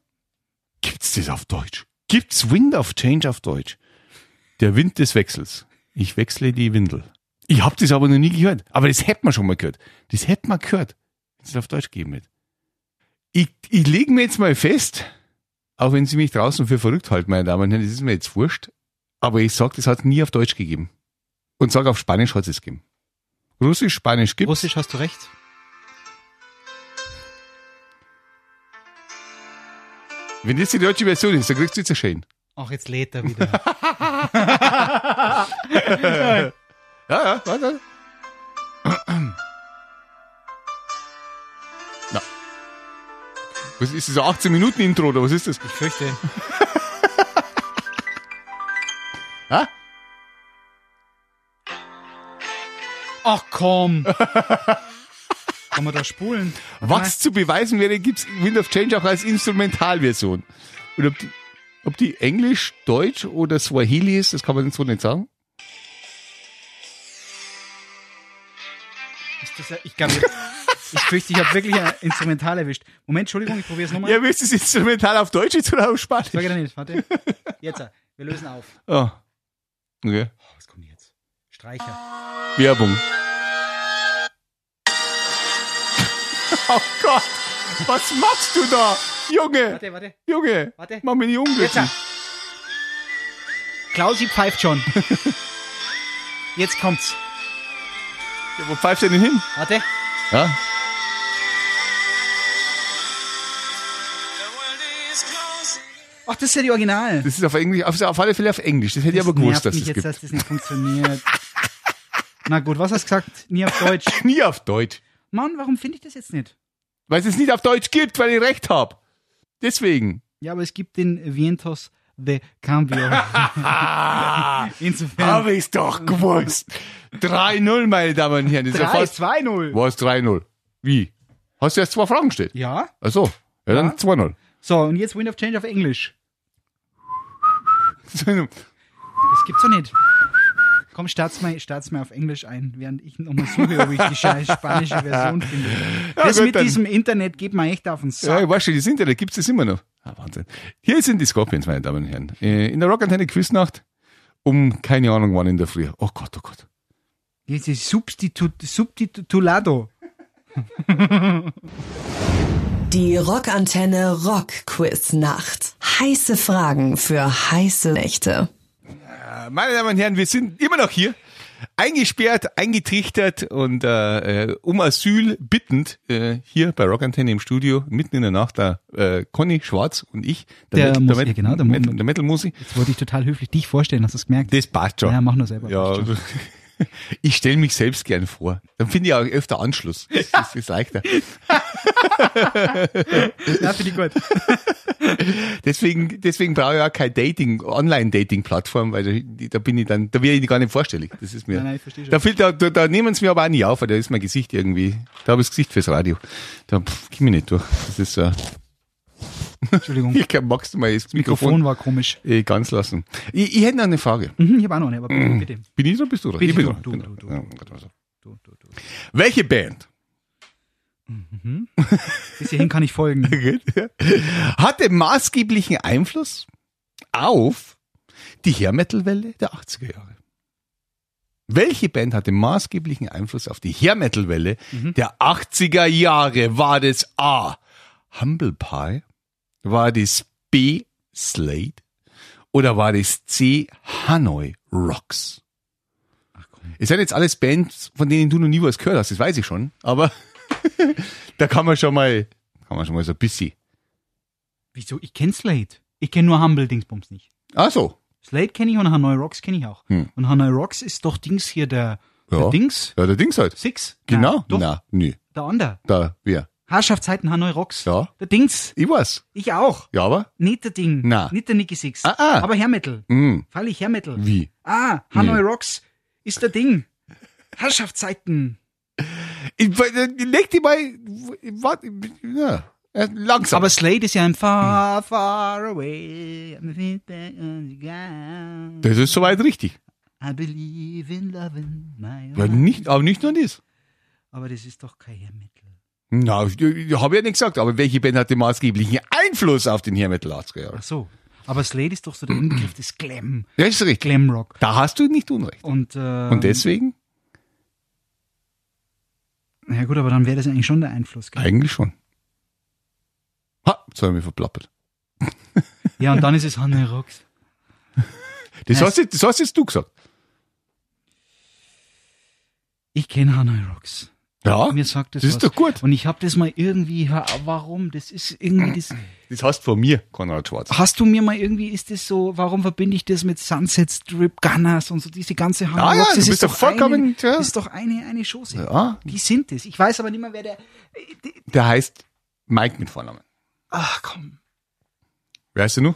[SPEAKER 2] gibt's das auf Deutsch? Gibt's Wind of Change auf Deutsch? Der Wind des Wechsels. Ich wechsle die Windel. Ich hab das aber noch nie gehört. Aber das hätte man schon mal gehört. Das hätte man gehört, wenn es auf Deutsch gegeben hätte. Ich, ich lege mir jetzt mal fest, auch wenn Sie mich draußen für verrückt halten, meine Damen und Herren, das ist mir jetzt wurscht, aber ich sag, das hat nie auf Deutsch gegeben. Und sag, auf Spanisch hat es gegeben. Russisch, Spanisch gibt's.
[SPEAKER 3] Russisch hast du recht.
[SPEAKER 2] Wenn das die deutsche Version ist, dann kriegst du jetzt ein Schein.
[SPEAKER 3] Ach, jetzt lädt er wieder.
[SPEAKER 2] Ja, ja, warte. Na. Was ist das? ein 18 Minuten Intro oder was ist das?
[SPEAKER 3] Ich fürchte.
[SPEAKER 2] Hä?
[SPEAKER 3] Ach komm. Kann man da spulen?
[SPEAKER 2] Was zu beweisen wäre, gibt's Wind of Change auch als Instrumentalversion. Und ob die, ob die Englisch, Deutsch oder Swahili ist, das kann man so nicht sagen.
[SPEAKER 3] Ist das, ja- ich glaube, ich fürchte, ich habe wirklich ein Instrumental erwischt. Moment, Entschuldigung, ich probiere es nochmal.
[SPEAKER 2] Ja, willst du das Instrumental auf Deutsch jetzt oder auf Spanisch?
[SPEAKER 3] Sag ich dir nicht, warte. Jetzt, äh, wir lösen auf.
[SPEAKER 2] Ah. Okay.
[SPEAKER 3] Oh, was kommt jetzt? Streicher.
[SPEAKER 2] Werbung. [laughs] Oh Gott, was machst du da? Junge,
[SPEAKER 3] Warte, warte,
[SPEAKER 2] Junge,
[SPEAKER 3] warte.
[SPEAKER 2] mach mich nicht
[SPEAKER 3] Jetzt. äh.
[SPEAKER 2] unglücklich.
[SPEAKER 3] Klausi
[SPEAKER 2] [laughs]
[SPEAKER 3] pfeift schon. Jetzt kommt's.
[SPEAKER 2] Ja, wo pfeift er denn hin?
[SPEAKER 3] Warte.
[SPEAKER 2] Ja,
[SPEAKER 3] Ach, das ist ja die Original.
[SPEAKER 2] das ist auf, Englisch, auf, auf alle Fälle auf Englisch. Das hätte ich aber
[SPEAKER 3] nervt
[SPEAKER 2] gewusst, dass
[SPEAKER 3] mich
[SPEAKER 2] es
[SPEAKER 3] jetzt,
[SPEAKER 2] gibt.
[SPEAKER 3] dass das
[SPEAKER 2] [laughs]
[SPEAKER 3] nicht funktioniert. Na gut, was hast du gesagt? Nie auf Deutsch.
[SPEAKER 2] Nie auf Deutsch.
[SPEAKER 3] Mann, warum finde ich das jetzt nicht?
[SPEAKER 2] Weil es es nicht auf Deutsch gibt, weil ich recht habe. Deswegen.
[SPEAKER 3] Ja, aber es gibt den Vientos de
[SPEAKER 2] [laughs]
[SPEAKER 3] Cambio. [laughs]
[SPEAKER 2] Ah,
[SPEAKER 3] Insofern.
[SPEAKER 2] habe ich's doch gewusst. 3-0, meine Damen und Herren. Das ist ja fast.
[SPEAKER 3] 2-0.
[SPEAKER 2] War es 3-0? Wie? Hast du erst zwei Fragen gestellt?
[SPEAKER 3] Ja.
[SPEAKER 2] Ach so. Ja, dann 2-0.
[SPEAKER 3] So, und jetzt Wind of Change auf Englisch. [laughs]
[SPEAKER 2] So,
[SPEAKER 3] Das gibt's doch nicht. Komm, start's mal, start's mal auf Englisch ein, während ich nochmal suche, ob ich
[SPEAKER 2] [laughs]
[SPEAKER 3] die scheiß spanische Version finde. das
[SPEAKER 2] gut,
[SPEAKER 3] mit
[SPEAKER 2] dann.
[SPEAKER 3] diesem Internet geht mir echt auf den
[SPEAKER 2] Ja,
[SPEAKER 3] Sack.
[SPEAKER 2] ich weiß schon, das Internet gibt's das immer noch. Ah, Wahnsinn. Hier sind die Scorpions, meine Damen und Herren. Äh, In der Rockantenne Quiznacht um keine Ahnung wann in der Früh. Oh Gott, oh Gott.
[SPEAKER 3] Jetzt ist Substitut, Subtitulado.
[SPEAKER 1] Die Rockantenne Rock Quiz Nacht. Heiße Fragen für heiße Nächte.
[SPEAKER 2] Äh, Meine Damen und Herren, wir sind immer noch hier. Eingesperrt, eingetrichtert und äh, äh, um Asyl bittend äh, hier bei Rockantenne im Studio, mitten in der Nacht, da äh, Conny Schwarz und ich,
[SPEAKER 3] Der
[SPEAKER 2] Metal-
[SPEAKER 3] Musi-
[SPEAKER 2] Metal-
[SPEAKER 3] ja, genau, der Mu-
[SPEAKER 2] Metal, der Metal Musi.
[SPEAKER 3] Jetzt wollte ich total höflich dich vorstellen, hast du es gemerkt?
[SPEAKER 2] Das passt schon.
[SPEAKER 3] Ja, mach nur selber.
[SPEAKER 2] Ja,
[SPEAKER 3] Passt schon.
[SPEAKER 2] [laughs] ich stelle mich selbst gern vor. Dann finde ich auch öfter Anschluss. Das, das ist leichter.
[SPEAKER 3] ja finde
[SPEAKER 2] [laughs]
[SPEAKER 3] ich gut.
[SPEAKER 2] Deswegen, deswegen brauche ich auch keine Dating, Online-Dating-Plattform, weil da, da bin ich dann, da werde ich gar nicht vorstellig. Das ist mir.
[SPEAKER 3] Nein, nein, ich verstehe schon.
[SPEAKER 2] Da, fehlt, da, da, da nehmen sie mir aber auch nicht auf, weil da ist mein Gesicht irgendwie. Da habe ich das Gesicht fürs Radio. Da pff, komm ich nicht durch. Das ist so. [laughs]
[SPEAKER 3] Entschuldigung.
[SPEAKER 2] Ich kann, magst du mal das Mikrofon,
[SPEAKER 3] Mikrofon war komisch.
[SPEAKER 2] äh, ganz lassen. Ich, ich hätte noch eine Frage.
[SPEAKER 3] Mhm, ich habe auch noch eine, aber bitte.
[SPEAKER 2] Bin ich dran? Bist du dran?
[SPEAKER 3] Bitte
[SPEAKER 2] ich bin
[SPEAKER 3] du,
[SPEAKER 2] dran.
[SPEAKER 3] du,
[SPEAKER 2] Bin
[SPEAKER 3] du,
[SPEAKER 2] dran.
[SPEAKER 3] du.
[SPEAKER 2] Ja, warte mal so.
[SPEAKER 3] Du, du, du.
[SPEAKER 2] Welche Band
[SPEAKER 3] Bis hierhin kann ich folgen.
[SPEAKER 2] [laughs] hatte maßgeblichen Einfluss auf die Hair-Metal-Welle der 80er Jahre. Welche Band hatte maßgeblichen Einfluss auf die Hair-Metal-Welle der 80er Jahre? War das A. Humble Pie? War das B. Slade? Oder war das C. Hanoi Rocks? Es sind jetzt alles Bands, von denen du noch nie was gehört hast, das weiß ich schon, aber [laughs] da kann man schon mal, kann man schon mal so ein bisschen
[SPEAKER 3] Wieso? Ich kenne Slate. Ich kenne nur Humble Dingsbums nicht.
[SPEAKER 2] Ach so.
[SPEAKER 3] Slate kenne ich und Hanoi Rocks kenne ich auch.
[SPEAKER 2] Hm.
[SPEAKER 3] Und Hanoi Rocks ist doch Dings hier der,
[SPEAKER 2] Ja.
[SPEAKER 3] der Dings.
[SPEAKER 2] Ja, der Dings halt.
[SPEAKER 3] Six.
[SPEAKER 2] Genau.
[SPEAKER 3] Na, doch,
[SPEAKER 2] Na, nö.
[SPEAKER 3] der andere.
[SPEAKER 2] Da, wer?
[SPEAKER 3] Herrschaftszeiten Hanoi Rocks.
[SPEAKER 2] Ja.
[SPEAKER 3] Der Dings.
[SPEAKER 2] Ich weiß.
[SPEAKER 3] Ich auch.
[SPEAKER 2] Ja, aber?
[SPEAKER 3] Nicht der Ding.
[SPEAKER 2] Na.
[SPEAKER 3] Nicht der Nicky Six.
[SPEAKER 2] Ah, ah.
[SPEAKER 3] Aber Hermetal.
[SPEAKER 2] Hm.
[SPEAKER 3] Freilich Hermetal.
[SPEAKER 2] Wie? Hm.
[SPEAKER 3] Ah, Hanoi
[SPEAKER 2] Nee.
[SPEAKER 3] Rocks ist der Ding. Herrschaftszeiten.
[SPEAKER 2] Ich, äh, leg die mal. Warte. Ja. Äh, Langsam.
[SPEAKER 3] Aber Slade ist ja ein far, far away. I'm a bit back on the ground.
[SPEAKER 2] das ist soweit richtig.
[SPEAKER 3] I believe in love in my
[SPEAKER 2] Ja,
[SPEAKER 3] heart.
[SPEAKER 2] nicht, aber nicht nur das.
[SPEAKER 3] Aber das ist doch kein Mittel.
[SPEAKER 2] Na, habe ich ja nicht gesagt, aber welche Band hatte maßgeblichen Einfluss auf den Hair Metal 80er Jahre?
[SPEAKER 3] Ach so. Aber Slade ist doch
[SPEAKER 2] [clears throat]
[SPEAKER 3] so der Inbegriff des Glam.
[SPEAKER 2] Das ist richtig.
[SPEAKER 3] Glamrock.
[SPEAKER 2] Da hast du nicht unrecht.
[SPEAKER 3] Und, äh,
[SPEAKER 2] Und deswegen?
[SPEAKER 3] Ja gut, aber dann wäre das eigentlich schon der
[SPEAKER 2] [laughs]
[SPEAKER 3] Einfluss. Gell?
[SPEAKER 2] Eigentlich schon. Ha, jetzt habe ich mich verplappert.
[SPEAKER 3] Ja, und dann ist es Hanne Rocks.
[SPEAKER 2] Das,
[SPEAKER 3] Ja.
[SPEAKER 2] hast, jetzt, das hast jetzt du gesagt.
[SPEAKER 3] Ich kenne Hanoi Rocks.
[SPEAKER 2] Ja,
[SPEAKER 3] Mir sagt das,
[SPEAKER 2] Oh, das ist
[SPEAKER 3] was.
[SPEAKER 2] doch gut.
[SPEAKER 3] Und ich habe das mal irgendwie, hör, warum? Das ist irgendwie das.
[SPEAKER 2] Das heißt von mir, Konrad Schwarz.
[SPEAKER 3] Hast du mir mal irgendwie, ist das so, warum verbinde ich das mit Sunset Strip Gunners und so diese ganze Hand?
[SPEAKER 2] Ah ja, du
[SPEAKER 3] das
[SPEAKER 2] bist doch vollkommen-
[SPEAKER 3] Eine,
[SPEAKER 2] ja.
[SPEAKER 3] Ist doch eine, eine Chose.
[SPEAKER 2] Ja.
[SPEAKER 3] Die sind es. Ich weiß aber nicht mehr, wer der.
[SPEAKER 2] Der heißt Mike mit Vornamen.
[SPEAKER 3] Ach komm.
[SPEAKER 2] Wer heißt du nun?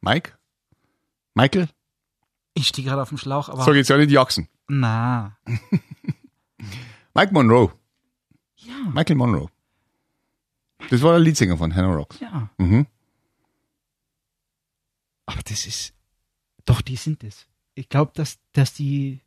[SPEAKER 2] Mike? Michael?
[SPEAKER 3] Ich stehe gerade auf dem Schlauch, aber.
[SPEAKER 2] Sag jetzt ja nicht die Achsen.
[SPEAKER 3] Na.
[SPEAKER 2] Mike Monroe.
[SPEAKER 3] Ja,
[SPEAKER 2] Michael Monroe. Das war der Leadsänger von Hannah Rocks.
[SPEAKER 3] ja.
[SPEAKER 2] Mhm.
[SPEAKER 3] Aber das ist. Doch, die sind es. Ich glaube, dass, dass die.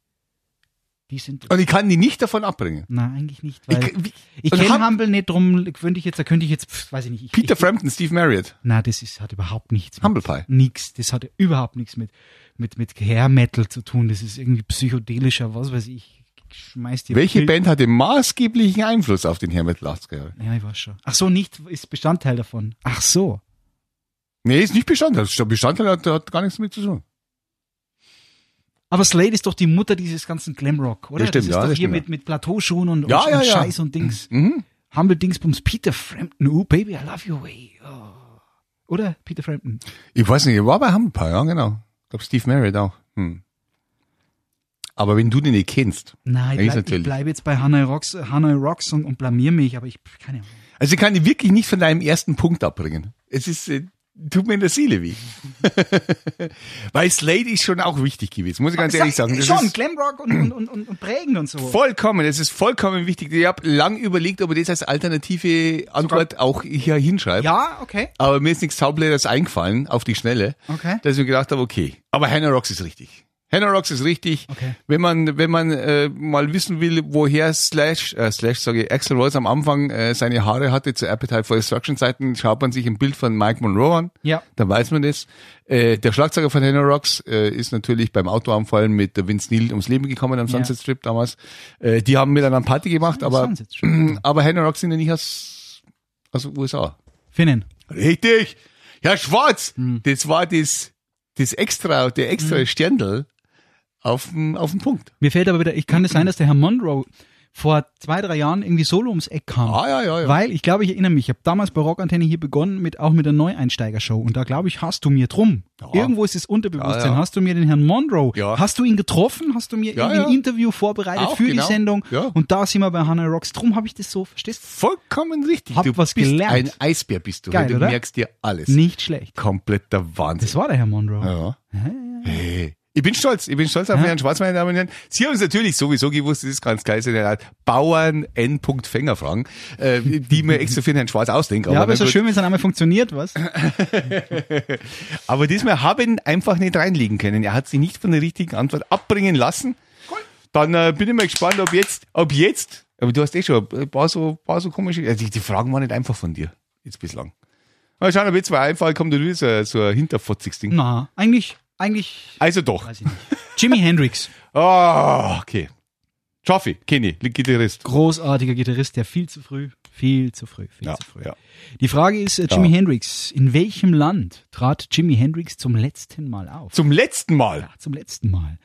[SPEAKER 3] Die sind es.
[SPEAKER 2] Und ich kann die nicht davon abbringen.
[SPEAKER 3] Na, eigentlich nicht, weil.
[SPEAKER 2] Ich, wie,
[SPEAKER 3] Ich
[SPEAKER 2] Und
[SPEAKER 3] kenne
[SPEAKER 2] haben-
[SPEAKER 3] Humble nicht drum, könnte ich jetzt, da könnte ich jetzt, pf, weiß ich nicht. Ich,
[SPEAKER 2] Peter
[SPEAKER 3] ich,
[SPEAKER 2] Frampton, Steve Marriott,
[SPEAKER 3] na, das ist, hat überhaupt nichts.
[SPEAKER 2] Humble Pie.
[SPEAKER 3] Nix. Das hat überhaupt nichts mit, mit, mit Hair Metal zu tun. Das ist irgendwie psychedelischer, was weiß ich. Ich Schmeiß dir.
[SPEAKER 2] Welche
[SPEAKER 3] Bild-
[SPEAKER 2] Band hatte maßgeblichen Einfluss auf den Hermit 80er Jahre?
[SPEAKER 3] Ja, ich weiß schon. Ach so, nicht, ist Bestandteil davon. Ach so.
[SPEAKER 2] Nee, ist nicht Bestandteil. Also Bestandteil hat, hat gar nichts damit zu tun.
[SPEAKER 3] Aber Slade ist doch die Mutter dieses ganzen Glamrock, oder?
[SPEAKER 2] Das stimmt,
[SPEAKER 3] das ist
[SPEAKER 2] ja,
[SPEAKER 3] doch
[SPEAKER 2] das
[SPEAKER 3] hier
[SPEAKER 2] stimmt, ja.
[SPEAKER 3] mit, mit Plateauschuhen und,
[SPEAKER 2] Ja,
[SPEAKER 3] und,
[SPEAKER 2] ja,
[SPEAKER 3] und
[SPEAKER 2] ja.
[SPEAKER 3] Scheiß und Dings.
[SPEAKER 2] Mhm.
[SPEAKER 3] Humble Dingsbums, Peter Frampton. Oh, Baby, I love you way. Oh. Oder? Peter Frampton.
[SPEAKER 2] Ich weiß nicht, ich war bei Humble Pie, ja, genau. Ich glaube, Steve Marriott auch. Hm. Aber wenn du den nicht kennst, Ja, ist
[SPEAKER 3] Nein, ich bleibe
[SPEAKER 2] natürlich.
[SPEAKER 3] bleib jetzt bei Hanoi Rocks, Hanoi Rocks und, und blamier mich, aber ich keine Ahnung.
[SPEAKER 2] Also ich kann dich wirklich nicht von deinem ersten Punkt abbringen. Es ist, äh, tut mir in der Seele weh. [laughs] Weil Slade ist schon auch wichtig gewesen, muss ich ganz ehrlich sagen. Das
[SPEAKER 3] Schon,
[SPEAKER 2] ist
[SPEAKER 3] Glamrock und, und, und, und, und prägen und so.
[SPEAKER 2] vollkommen, es ist vollkommen wichtig. Ich habe lang überlegt, ob ich das als alternative Antwort auch hier hinschreibe.
[SPEAKER 3] Ja, okay.
[SPEAKER 2] Aber mir ist nichts Taubläders eingefallen, auf die Schnelle,
[SPEAKER 3] Okay.
[SPEAKER 2] dass ich mir gedacht habe, okay. Aber Hannah Rocks ist richtig. Hannah Rocks ist richtig.
[SPEAKER 3] Okay.
[SPEAKER 2] Wenn man, wenn man äh, mal wissen will, woher Slash, äh, Slash sage ich, Axel Rose am Anfang äh, seine Haare hatte zu Appetite for Destruction Zeiten, schaut man sich ein Bild von Mike Monroe an,
[SPEAKER 3] Ja.
[SPEAKER 2] dann weiß man das. Äh, der Schlagzeuger von Hannah Rocks äh, ist natürlich beim Autounfall mit der Vince Neil ums Leben gekommen am
[SPEAKER 3] Ja.
[SPEAKER 2] Sunset Strip damals. Äh, die haben miteinander Party gemacht, aber,
[SPEAKER 3] Sunset Strip.
[SPEAKER 2] aber [clears throat] Hannah Rocks sind ja nicht aus, aus den USA.
[SPEAKER 3] Finnen.
[SPEAKER 2] Richtig. Herr Schwarz, das war das, das extra, der extra Sterndl auf dem, auf dem Punkt.
[SPEAKER 3] Mir fällt aber wieder, ich kann es sein, dass der Herr Monroe vor zwei, drei Jahren irgendwie solo ums Eck kam.
[SPEAKER 2] Ah, ja, ja, ja.
[SPEAKER 3] Weil, ich glaube, ich erinnere mich, ich habe damals bei Rockantenne hier begonnen, mit, auch mit der Neueinsteigershow. Und da, glaube ich, hast du mir drum.
[SPEAKER 2] Ja.
[SPEAKER 3] Irgendwo ist das Unterbewusstsein.
[SPEAKER 2] Ja, ja.
[SPEAKER 3] Hast du mir den Herrn Monroe?
[SPEAKER 2] Ja.
[SPEAKER 3] Hast du ihn getroffen? Hast du mir
[SPEAKER 2] Ja,
[SPEAKER 3] irgendwie ein
[SPEAKER 2] ja.
[SPEAKER 3] Interview vorbereitet
[SPEAKER 2] Auch,
[SPEAKER 3] für
[SPEAKER 2] genau.
[SPEAKER 3] die Sendung?
[SPEAKER 2] Ja.
[SPEAKER 3] Und da sind wir bei Hannah Rocks. Drum habe ich das so, verstehst du?
[SPEAKER 2] Vollkommen richtig.
[SPEAKER 3] Hab
[SPEAKER 2] du
[SPEAKER 3] was
[SPEAKER 2] bist
[SPEAKER 3] gelernt.
[SPEAKER 2] ein Eisbär bist du.
[SPEAKER 3] Geil,
[SPEAKER 2] du
[SPEAKER 3] oder?
[SPEAKER 2] merkst dir alles.
[SPEAKER 3] Nicht schlecht.
[SPEAKER 2] Kompletter Wahnsinn.
[SPEAKER 3] Das war der Herr Monroe.
[SPEAKER 2] Ja. Hey. Ich bin stolz, ich bin stolz auf Herrn Schwarz, meine Damen und Herren. Sie haben es natürlich sowieso gewusst, das ist ganz geil, so eine Art Bauern N. Fänger fragen, äh, die mir extra für Herrn Schwarz ausdenken.
[SPEAKER 3] Ja, aber
[SPEAKER 2] na
[SPEAKER 3] ist ja
[SPEAKER 2] gut.
[SPEAKER 3] schön, wenn sein Name
[SPEAKER 2] [coughs]
[SPEAKER 3] funktioniert, was?
[SPEAKER 2] Aber diesmal habe ich ihn einfach nicht reinlegen können. Er hat sich nicht von der richtigen Antwort abbringen lassen. Dann äh, bin ich mal gespannt, ob jetzt, ob jetzt, aber du hast eh schon ein paar so, paar so komische, also die, die Fragen waren nicht einfach von dir, jetzt bislang. Mal schauen, ob jetzt mal einfach kommt oder so, äh, so ein hinterfotziges Ding.
[SPEAKER 3] Na, eigentlich, eigentlich,
[SPEAKER 2] Also doch.
[SPEAKER 3] weiß ich nicht. Jimi Hendrix,
[SPEAKER 2] Ah, okay. Schaffi, Kenny, Gitarrist.
[SPEAKER 3] großartiger Gitarrist, der viel zu früh, viel zu früh, viel
[SPEAKER 2] Ja,
[SPEAKER 3] zu früh.
[SPEAKER 2] ja.
[SPEAKER 3] Die Frage ist, äh, Jimi Hendrix, in welchem Land trat Jimi Hendrix zum letzten Mal auf?
[SPEAKER 2] Zum letzten Mal.
[SPEAKER 3] Ja, zum letzten Mal.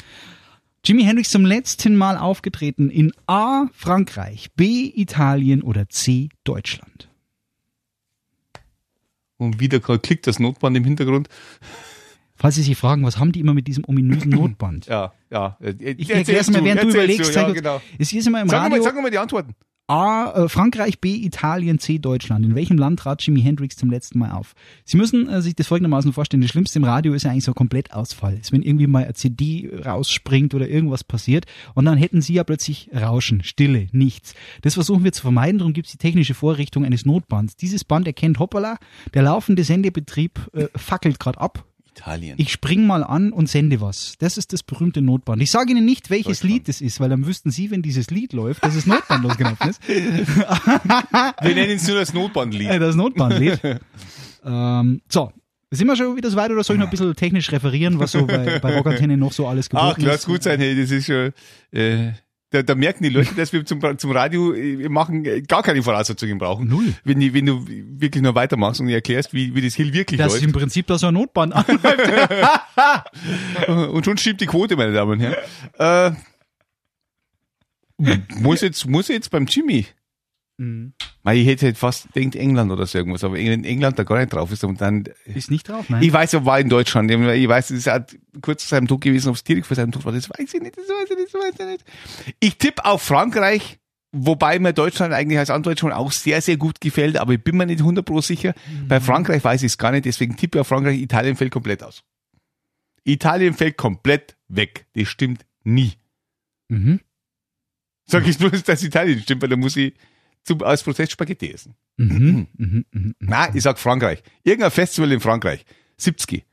[SPEAKER 3] Jimi Hendrix zum letzten Mal aufgetreten in A. Frankreich, B. Italien oder C. Deutschland.
[SPEAKER 2] Und wieder klickt das Notband im Hintergrund.
[SPEAKER 3] Falls Sie sich fragen, was haben die immer mit diesem
[SPEAKER 2] [clears throat]
[SPEAKER 3] ominösen Notband?
[SPEAKER 2] Ja, ja. Äh,
[SPEAKER 3] Ich erkläre es mir, während du überlegst.
[SPEAKER 2] Ja,
[SPEAKER 3] zeig uns-
[SPEAKER 2] genau.
[SPEAKER 3] Es ist immer im
[SPEAKER 2] Sag
[SPEAKER 3] Radio.
[SPEAKER 2] mal, sag mal die Antworten.
[SPEAKER 3] A. Äh, Frankreich, B. Italien, C. Deutschland. In welchem Land trat Jimi Hendrix zum letzten Mal auf? Sie müssen äh, sich das folgendermaßen vorstellen. Das Schlimmste im Radio ist ja eigentlich so ein Komplettausfall. Ist, wenn irgendwie mal eine CD rausspringt oder irgendwas passiert. Und dann hätten Sie ja plötzlich Rauschen, Stille, nichts. Das versuchen wir zu vermeiden. Darum gibt es die technische Vorrichtung eines Notbands. Dieses Band erkennt Hoppala. Der laufende Sendebetrieb äh, fackelt gerade ab.
[SPEAKER 2] Italien.
[SPEAKER 3] Ich spring mal an und sende was. Das ist das berühmte Notband. Ich sage Ihnen nicht, welches Lied es ist, weil dann wüssten Sie, wenn dieses Lied läuft, dass es Notband losgelaufen ist.
[SPEAKER 2] Wir nennen es nur das
[SPEAKER 3] [laughs]
[SPEAKER 2] Notbandlied.
[SPEAKER 3] Äh, Das Notbandlied.
[SPEAKER 2] [laughs]
[SPEAKER 3] ähm, so. Sind wir schon wieder so weit oder soll ich noch ein bisschen technisch referieren, was so bei, bei Rockantenne noch so alles geboten
[SPEAKER 2] Ach, lass
[SPEAKER 3] ist?
[SPEAKER 2] Ah, gut sein, hey, das ist schon. Äh, da, da merken die Leute, dass wir zum, zum Radio äh, wir machen äh, gar keine Voraussetzungen brauchen.
[SPEAKER 3] Null.
[SPEAKER 2] Wenn, die, wenn du wirklich nur weitermachst und erklärst, wie, wie das Hill wirklich
[SPEAKER 3] Das ist
[SPEAKER 2] [laughs]
[SPEAKER 3] im
[SPEAKER 2] läuft.
[SPEAKER 3] Prinzip da so ein Notband anläuft.
[SPEAKER 2] Und schon stimmt die Quote, meine Damen und Herren. Äh, Muss jetzt, muss jetzt beim Jimmy.
[SPEAKER 3] [laughs] Mhm.
[SPEAKER 2] Weil ich hätte fast denkt England oder so irgendwas, aber in England da gar nicht drauf ist und dann.
[SPEAKER 3] Ist nicht drauf, nein.
[SPEAKER 2] Ich weiß, er war in Deutschland. Ich weiß, es ist halt kurz vor seinem Tod gewesen, ob es direkt vor seinem Tod war. Das weiß ich nicht, das weiß ich nicht, das weiß ich nicht. Ich tippe auf Frankreich, wobei mir Deutschland eigentlich als Andeutung auch sehr, sehr gut gefällt, aber ich bin mir nicht 100% sicher. Bei Frankreich weiß ich es gar nicht, deswegen tippe ich auf Frankreich. Italien fällt komplett aus. Italien fällt komplett weg. Das stimmt nie.
[SPEAKER 3] mhm.
[SPEAKER 2] Sag ich bloß, dass Italien stimmt, weil da muss ich zum, als Protest Spaghetti essen.
[SPEAKER 3] Mhm. Mhm. Mhm.
[SPEAKER 2] Na, ich sag Frankreich. Irgendein Festival in Frankreich. 70.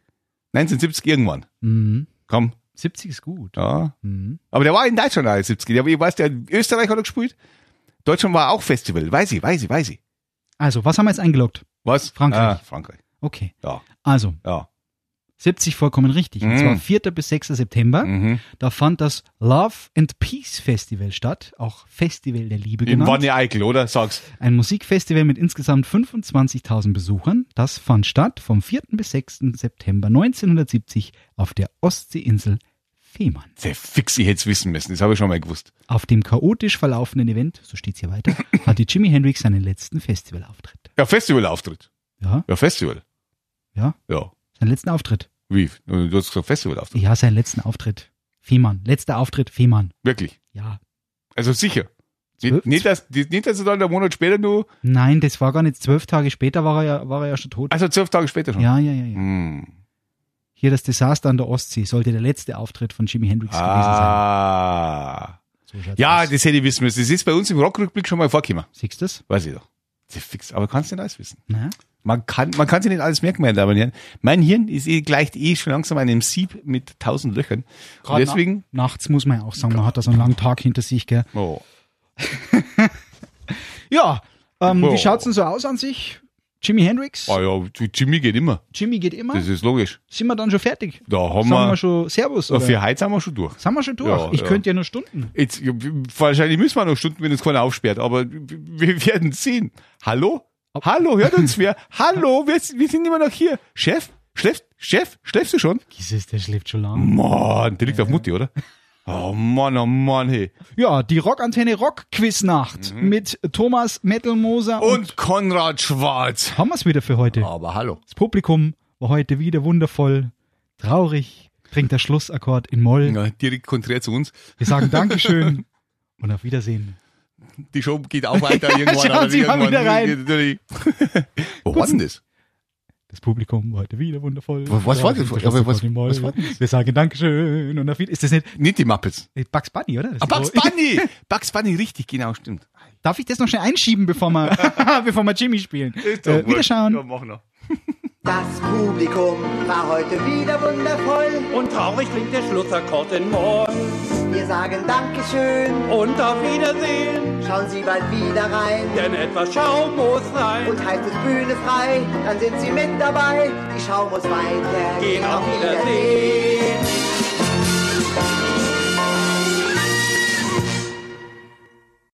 [SPEAKER 2] 1970 irgendwann.
[SPEAKER 3] Mhm.
[SPEAKER 2] Komm.
[SPEAKER 3] 70 ist gut.
[SPEAKER 2] Ja.
[SPEAKER 3] Mhm.
[SPEAKER 2] Aber der war in Deutschland auch in 70. Aber ich weiß, der in Österreich hat er gespielt. Deutschland war auch Festival. Weiß ich, weiß ich, weiß ich.
[SPEAKER 3] Also, was haben wir jetzt eingeloggt?
[SPEAKER 2] Was?
[SPEAKER 3] Frankreich.
[SPEAKER 2] Ah, Frankreich.
[SPEAKER 3] Okay.
[SPEAKER 2] Ja,
[SPEAKER 3] Also,
[SPEAKER 2] ja.
[SPEAKER 3] 70 vollkommen richtig. Und
[SPEAKER 2] Mhm.
[SPEAKER 3] zwar 4. bis 6. September.
[SPEAKER 2] Mhm.
[SPEAKER 3] Da fand das Love and Peace Festival statt, auch Festival der Liebe
[SPEAKER 2] In
[SPEAKER 3] genannt.
[SPEAKER 2] Wanne Eickel, oder? Sag's.
[SPEAKER 3] Ein Musikfestival mit insgesamt 25.000 Besuchern. Das fand statt vom 4. bis 6. September 1970 auf der Ostseeinsel Fehmarn.
[SPEAKER 2] Der Fix, ich hätt's wissen müssen. Das habe ich schon mal gewusst.
[SPEAKER 3] Auf dem chaotisch verlaufenden Event, so steht's hier
[SPEAKER 2] [coughs]
[SPEAKER 3] weiter, hatte Jimi Hendrix seinen letzten Festivalauftritt.
[SPEAKER 2] Ja, Festivalauftritt.
[SPEAKER 3] Ja,
[SPEAKER 2] Ja, Festival.
[SPEAKER 3] ja,
[SPEAKER 2] Ja.
[SPEAKER 3] seinen letzten Auftritt.
[SPEAKER 2] Wie? Du hast gesagt Festivalauftritt.
[SPEAKER 3] Ja, seinen letzten Auftritt. Fehmarn. Letzter Auftritt Fehmarn.
[SPEAKER 2] Wirklich.
[SPEAKER 3] Ja.
[SPEAKER 2] Also sicher. Nicht,
[SPEAKER 3] Zwölf-
[SPEAKER 2] nicht, dass, nicht, dass du dann einen Monat später nur,
[SPEAKER 3] Nein, das war gar nicht. Zwölf Tage später war er ja, war er ja schon tot.
[SPEAKER 2] also zwölf Tage später schon.
[SPEAKER 3] Ja, ja, ja, ja.
[SPEAKER 2] Hm.
[SPEAKER 3] Hier das Desaster an der Ostsee sollte der letzte Auftritt von Jimi Hendrix
[SPEAKER 2] Ah.
[SPEAKER 3] gewesen sein. So schaut's
[SPEAKER 2] Ja,
[SPEAKER 3] aus.
[SPEAKER 2] das hätte ich wissen müssen. Das ist bei uns im Rockrückblick schon mal vorgekommen.
[SPEAKER 3] Siehst du das?
[SPEAKER 2] Weiß ich doch. Das ist fix. Aber kannst du nicht alles wissen.
[SPEAKER 3] Na?
[SPEAKER 2] Man kann, man kann sich nicht alles merken, meine Damen und Herren. Mein Hirn ist eh, gleicht eh schon langsam einem Sieb mit tausend Löchern. Und deswegen,
[SPEAKER 3] Na, nachts muss man ja auch sagen, man hat da so einen langen Tag hinter sich, gell?
[SPEAKER 2] oh,
[SPEAKER 3] Ja, ähm,
[SPEAKER 2] Wow.
[SPEAKER 3] wie schaut's denn so aus an sich? Jimi Hendrix?
[SPEAKER 2] ah ja, zu Jimmy geht immer.
[SPEAKER 3] Jimmy geht immer?
[SPEAKER 2] Das ist logisch.
[SPEAKER 3] Sind wir dann schon fertig?
[SPEAKER 2] Da haben
[SPEAKER 3] Sagen
[SPEAKER 2] wir-
[SPEAKER 3] wir schon Servus,
[SPEAKER 2] So,
[SPEAKER 3] oder?
[SPEAKER 2] für heute sind wir schon durch.
[SPEAKER 3] Sind wir schon durch?
[SPEAKER 2] Ja,
[SPEAKER 3] ich
[SPEAKER 2] ja.
[SPEAKER 3] könnte ja nur Stunden.
[SPEAKER 2] Jetzt, ja, wahrscheinlich müssen wir noch Stunden, wenn uns keiner aufsperrt, aber wir [laughs] werden sehen. Hallo? Hallo, hört uns wer? [laughs] Hallo, wir, wir sind immer noch hier. Chef? Schläft? Chef? Schläfst du schon?
[SPEAKER 3] Jesus, der schläft schon lang.
[SPEAKER 2] Mann, der liegt auf Mutti, oder? Oh Mann, oh Mann, hey.
[SPEAKER 3] Ja, die Rockantenne Rock Quiznacht mit Thomas Metalmoser
[SPEAKER 2] Mhm. Und Konrad Schwarz.
[SPEAKER 3] haben wir's wieder für heute.
[SPEAKER 2] Aber hallo.
[SPEAKER 3] Das Publikum war heute wieder wundervoll. Traurig bringt der Schlussakkord in Moll.
[SPEAKER 2] Ja, direkt konträr zu uns.
[SPEAKER 3] Wir sagen
[SPEAKER 2] [laughs]
[SPEAKER 3] Dankeschön und auf Wiedersehen.
[SPEAKER 2] Die Show geht
[SPEAKER 3] [laughs]
[SPEAKER 2] auch weiter irgendwann.
[SPEAKER 3] Schauen
[SPEAKER 2] aber
[SPEAKER 3] Sie mal
[SPEAKER 2] irgendwann
[SPEAKER 3] wieder rein.
[SPEAKER 2] geht
[SPEAKER 3] [laughs]
[SPEAKER 2] natürlich- Wo war denn das?
[SPEAKER 3] Das Publikum war heute wieder wundervoll.
[SPEAKER 2] Was- was war das?
[SPEAKER 3] Traurig bringt der
[SPEAKER 2] Aber was-
[SPEAKER 3] Schlussakkord in Moll.
[SPEAKER 2] was war das?
[SPEAKER 3] Wir sagen Dankeschön und auf Wiedersehen. Ist das nicht
[SPEAKER 2] Nicht die Muppets.
[SPEAKER 3] äh, Bugs Bunny, oder? Das
[SPEAKER 2] Ah,
[SPEAKER 3] ist- [laughs]
[SPEAKER 2] Bugs Bunny! Bugs Bunny, richtig, genau, stimmt.
[SPEAKER 3] Darf ich das noch schnell einschieben, bevor wir, [laughs] bevor wir Jimmy spielen? Äh, Wiederschauen.
[SPEAKER 2] Ja, mach noch.
[SPEAKER 4] Das Publikum war heute wieder wundervoll.
[SPEAKER 5] Und traurig klingt der Schlussakkord in Moll.
[SPEAKER 4] Wir sagen Dankeschön.
[SPEAKER 5] Und auf Wiedersehen,
[SPEAKER 4] Schauen Sie bald wieder rein.
[SPEAKER 5] denn etwas Schaum muss rein.
[SPEAKER 4] Und heißt es Bühne frei, dann sind Sie mit dabei. Die Schau muss weiter.
[SPEAKER 5] Gehen auf Wiedersehen.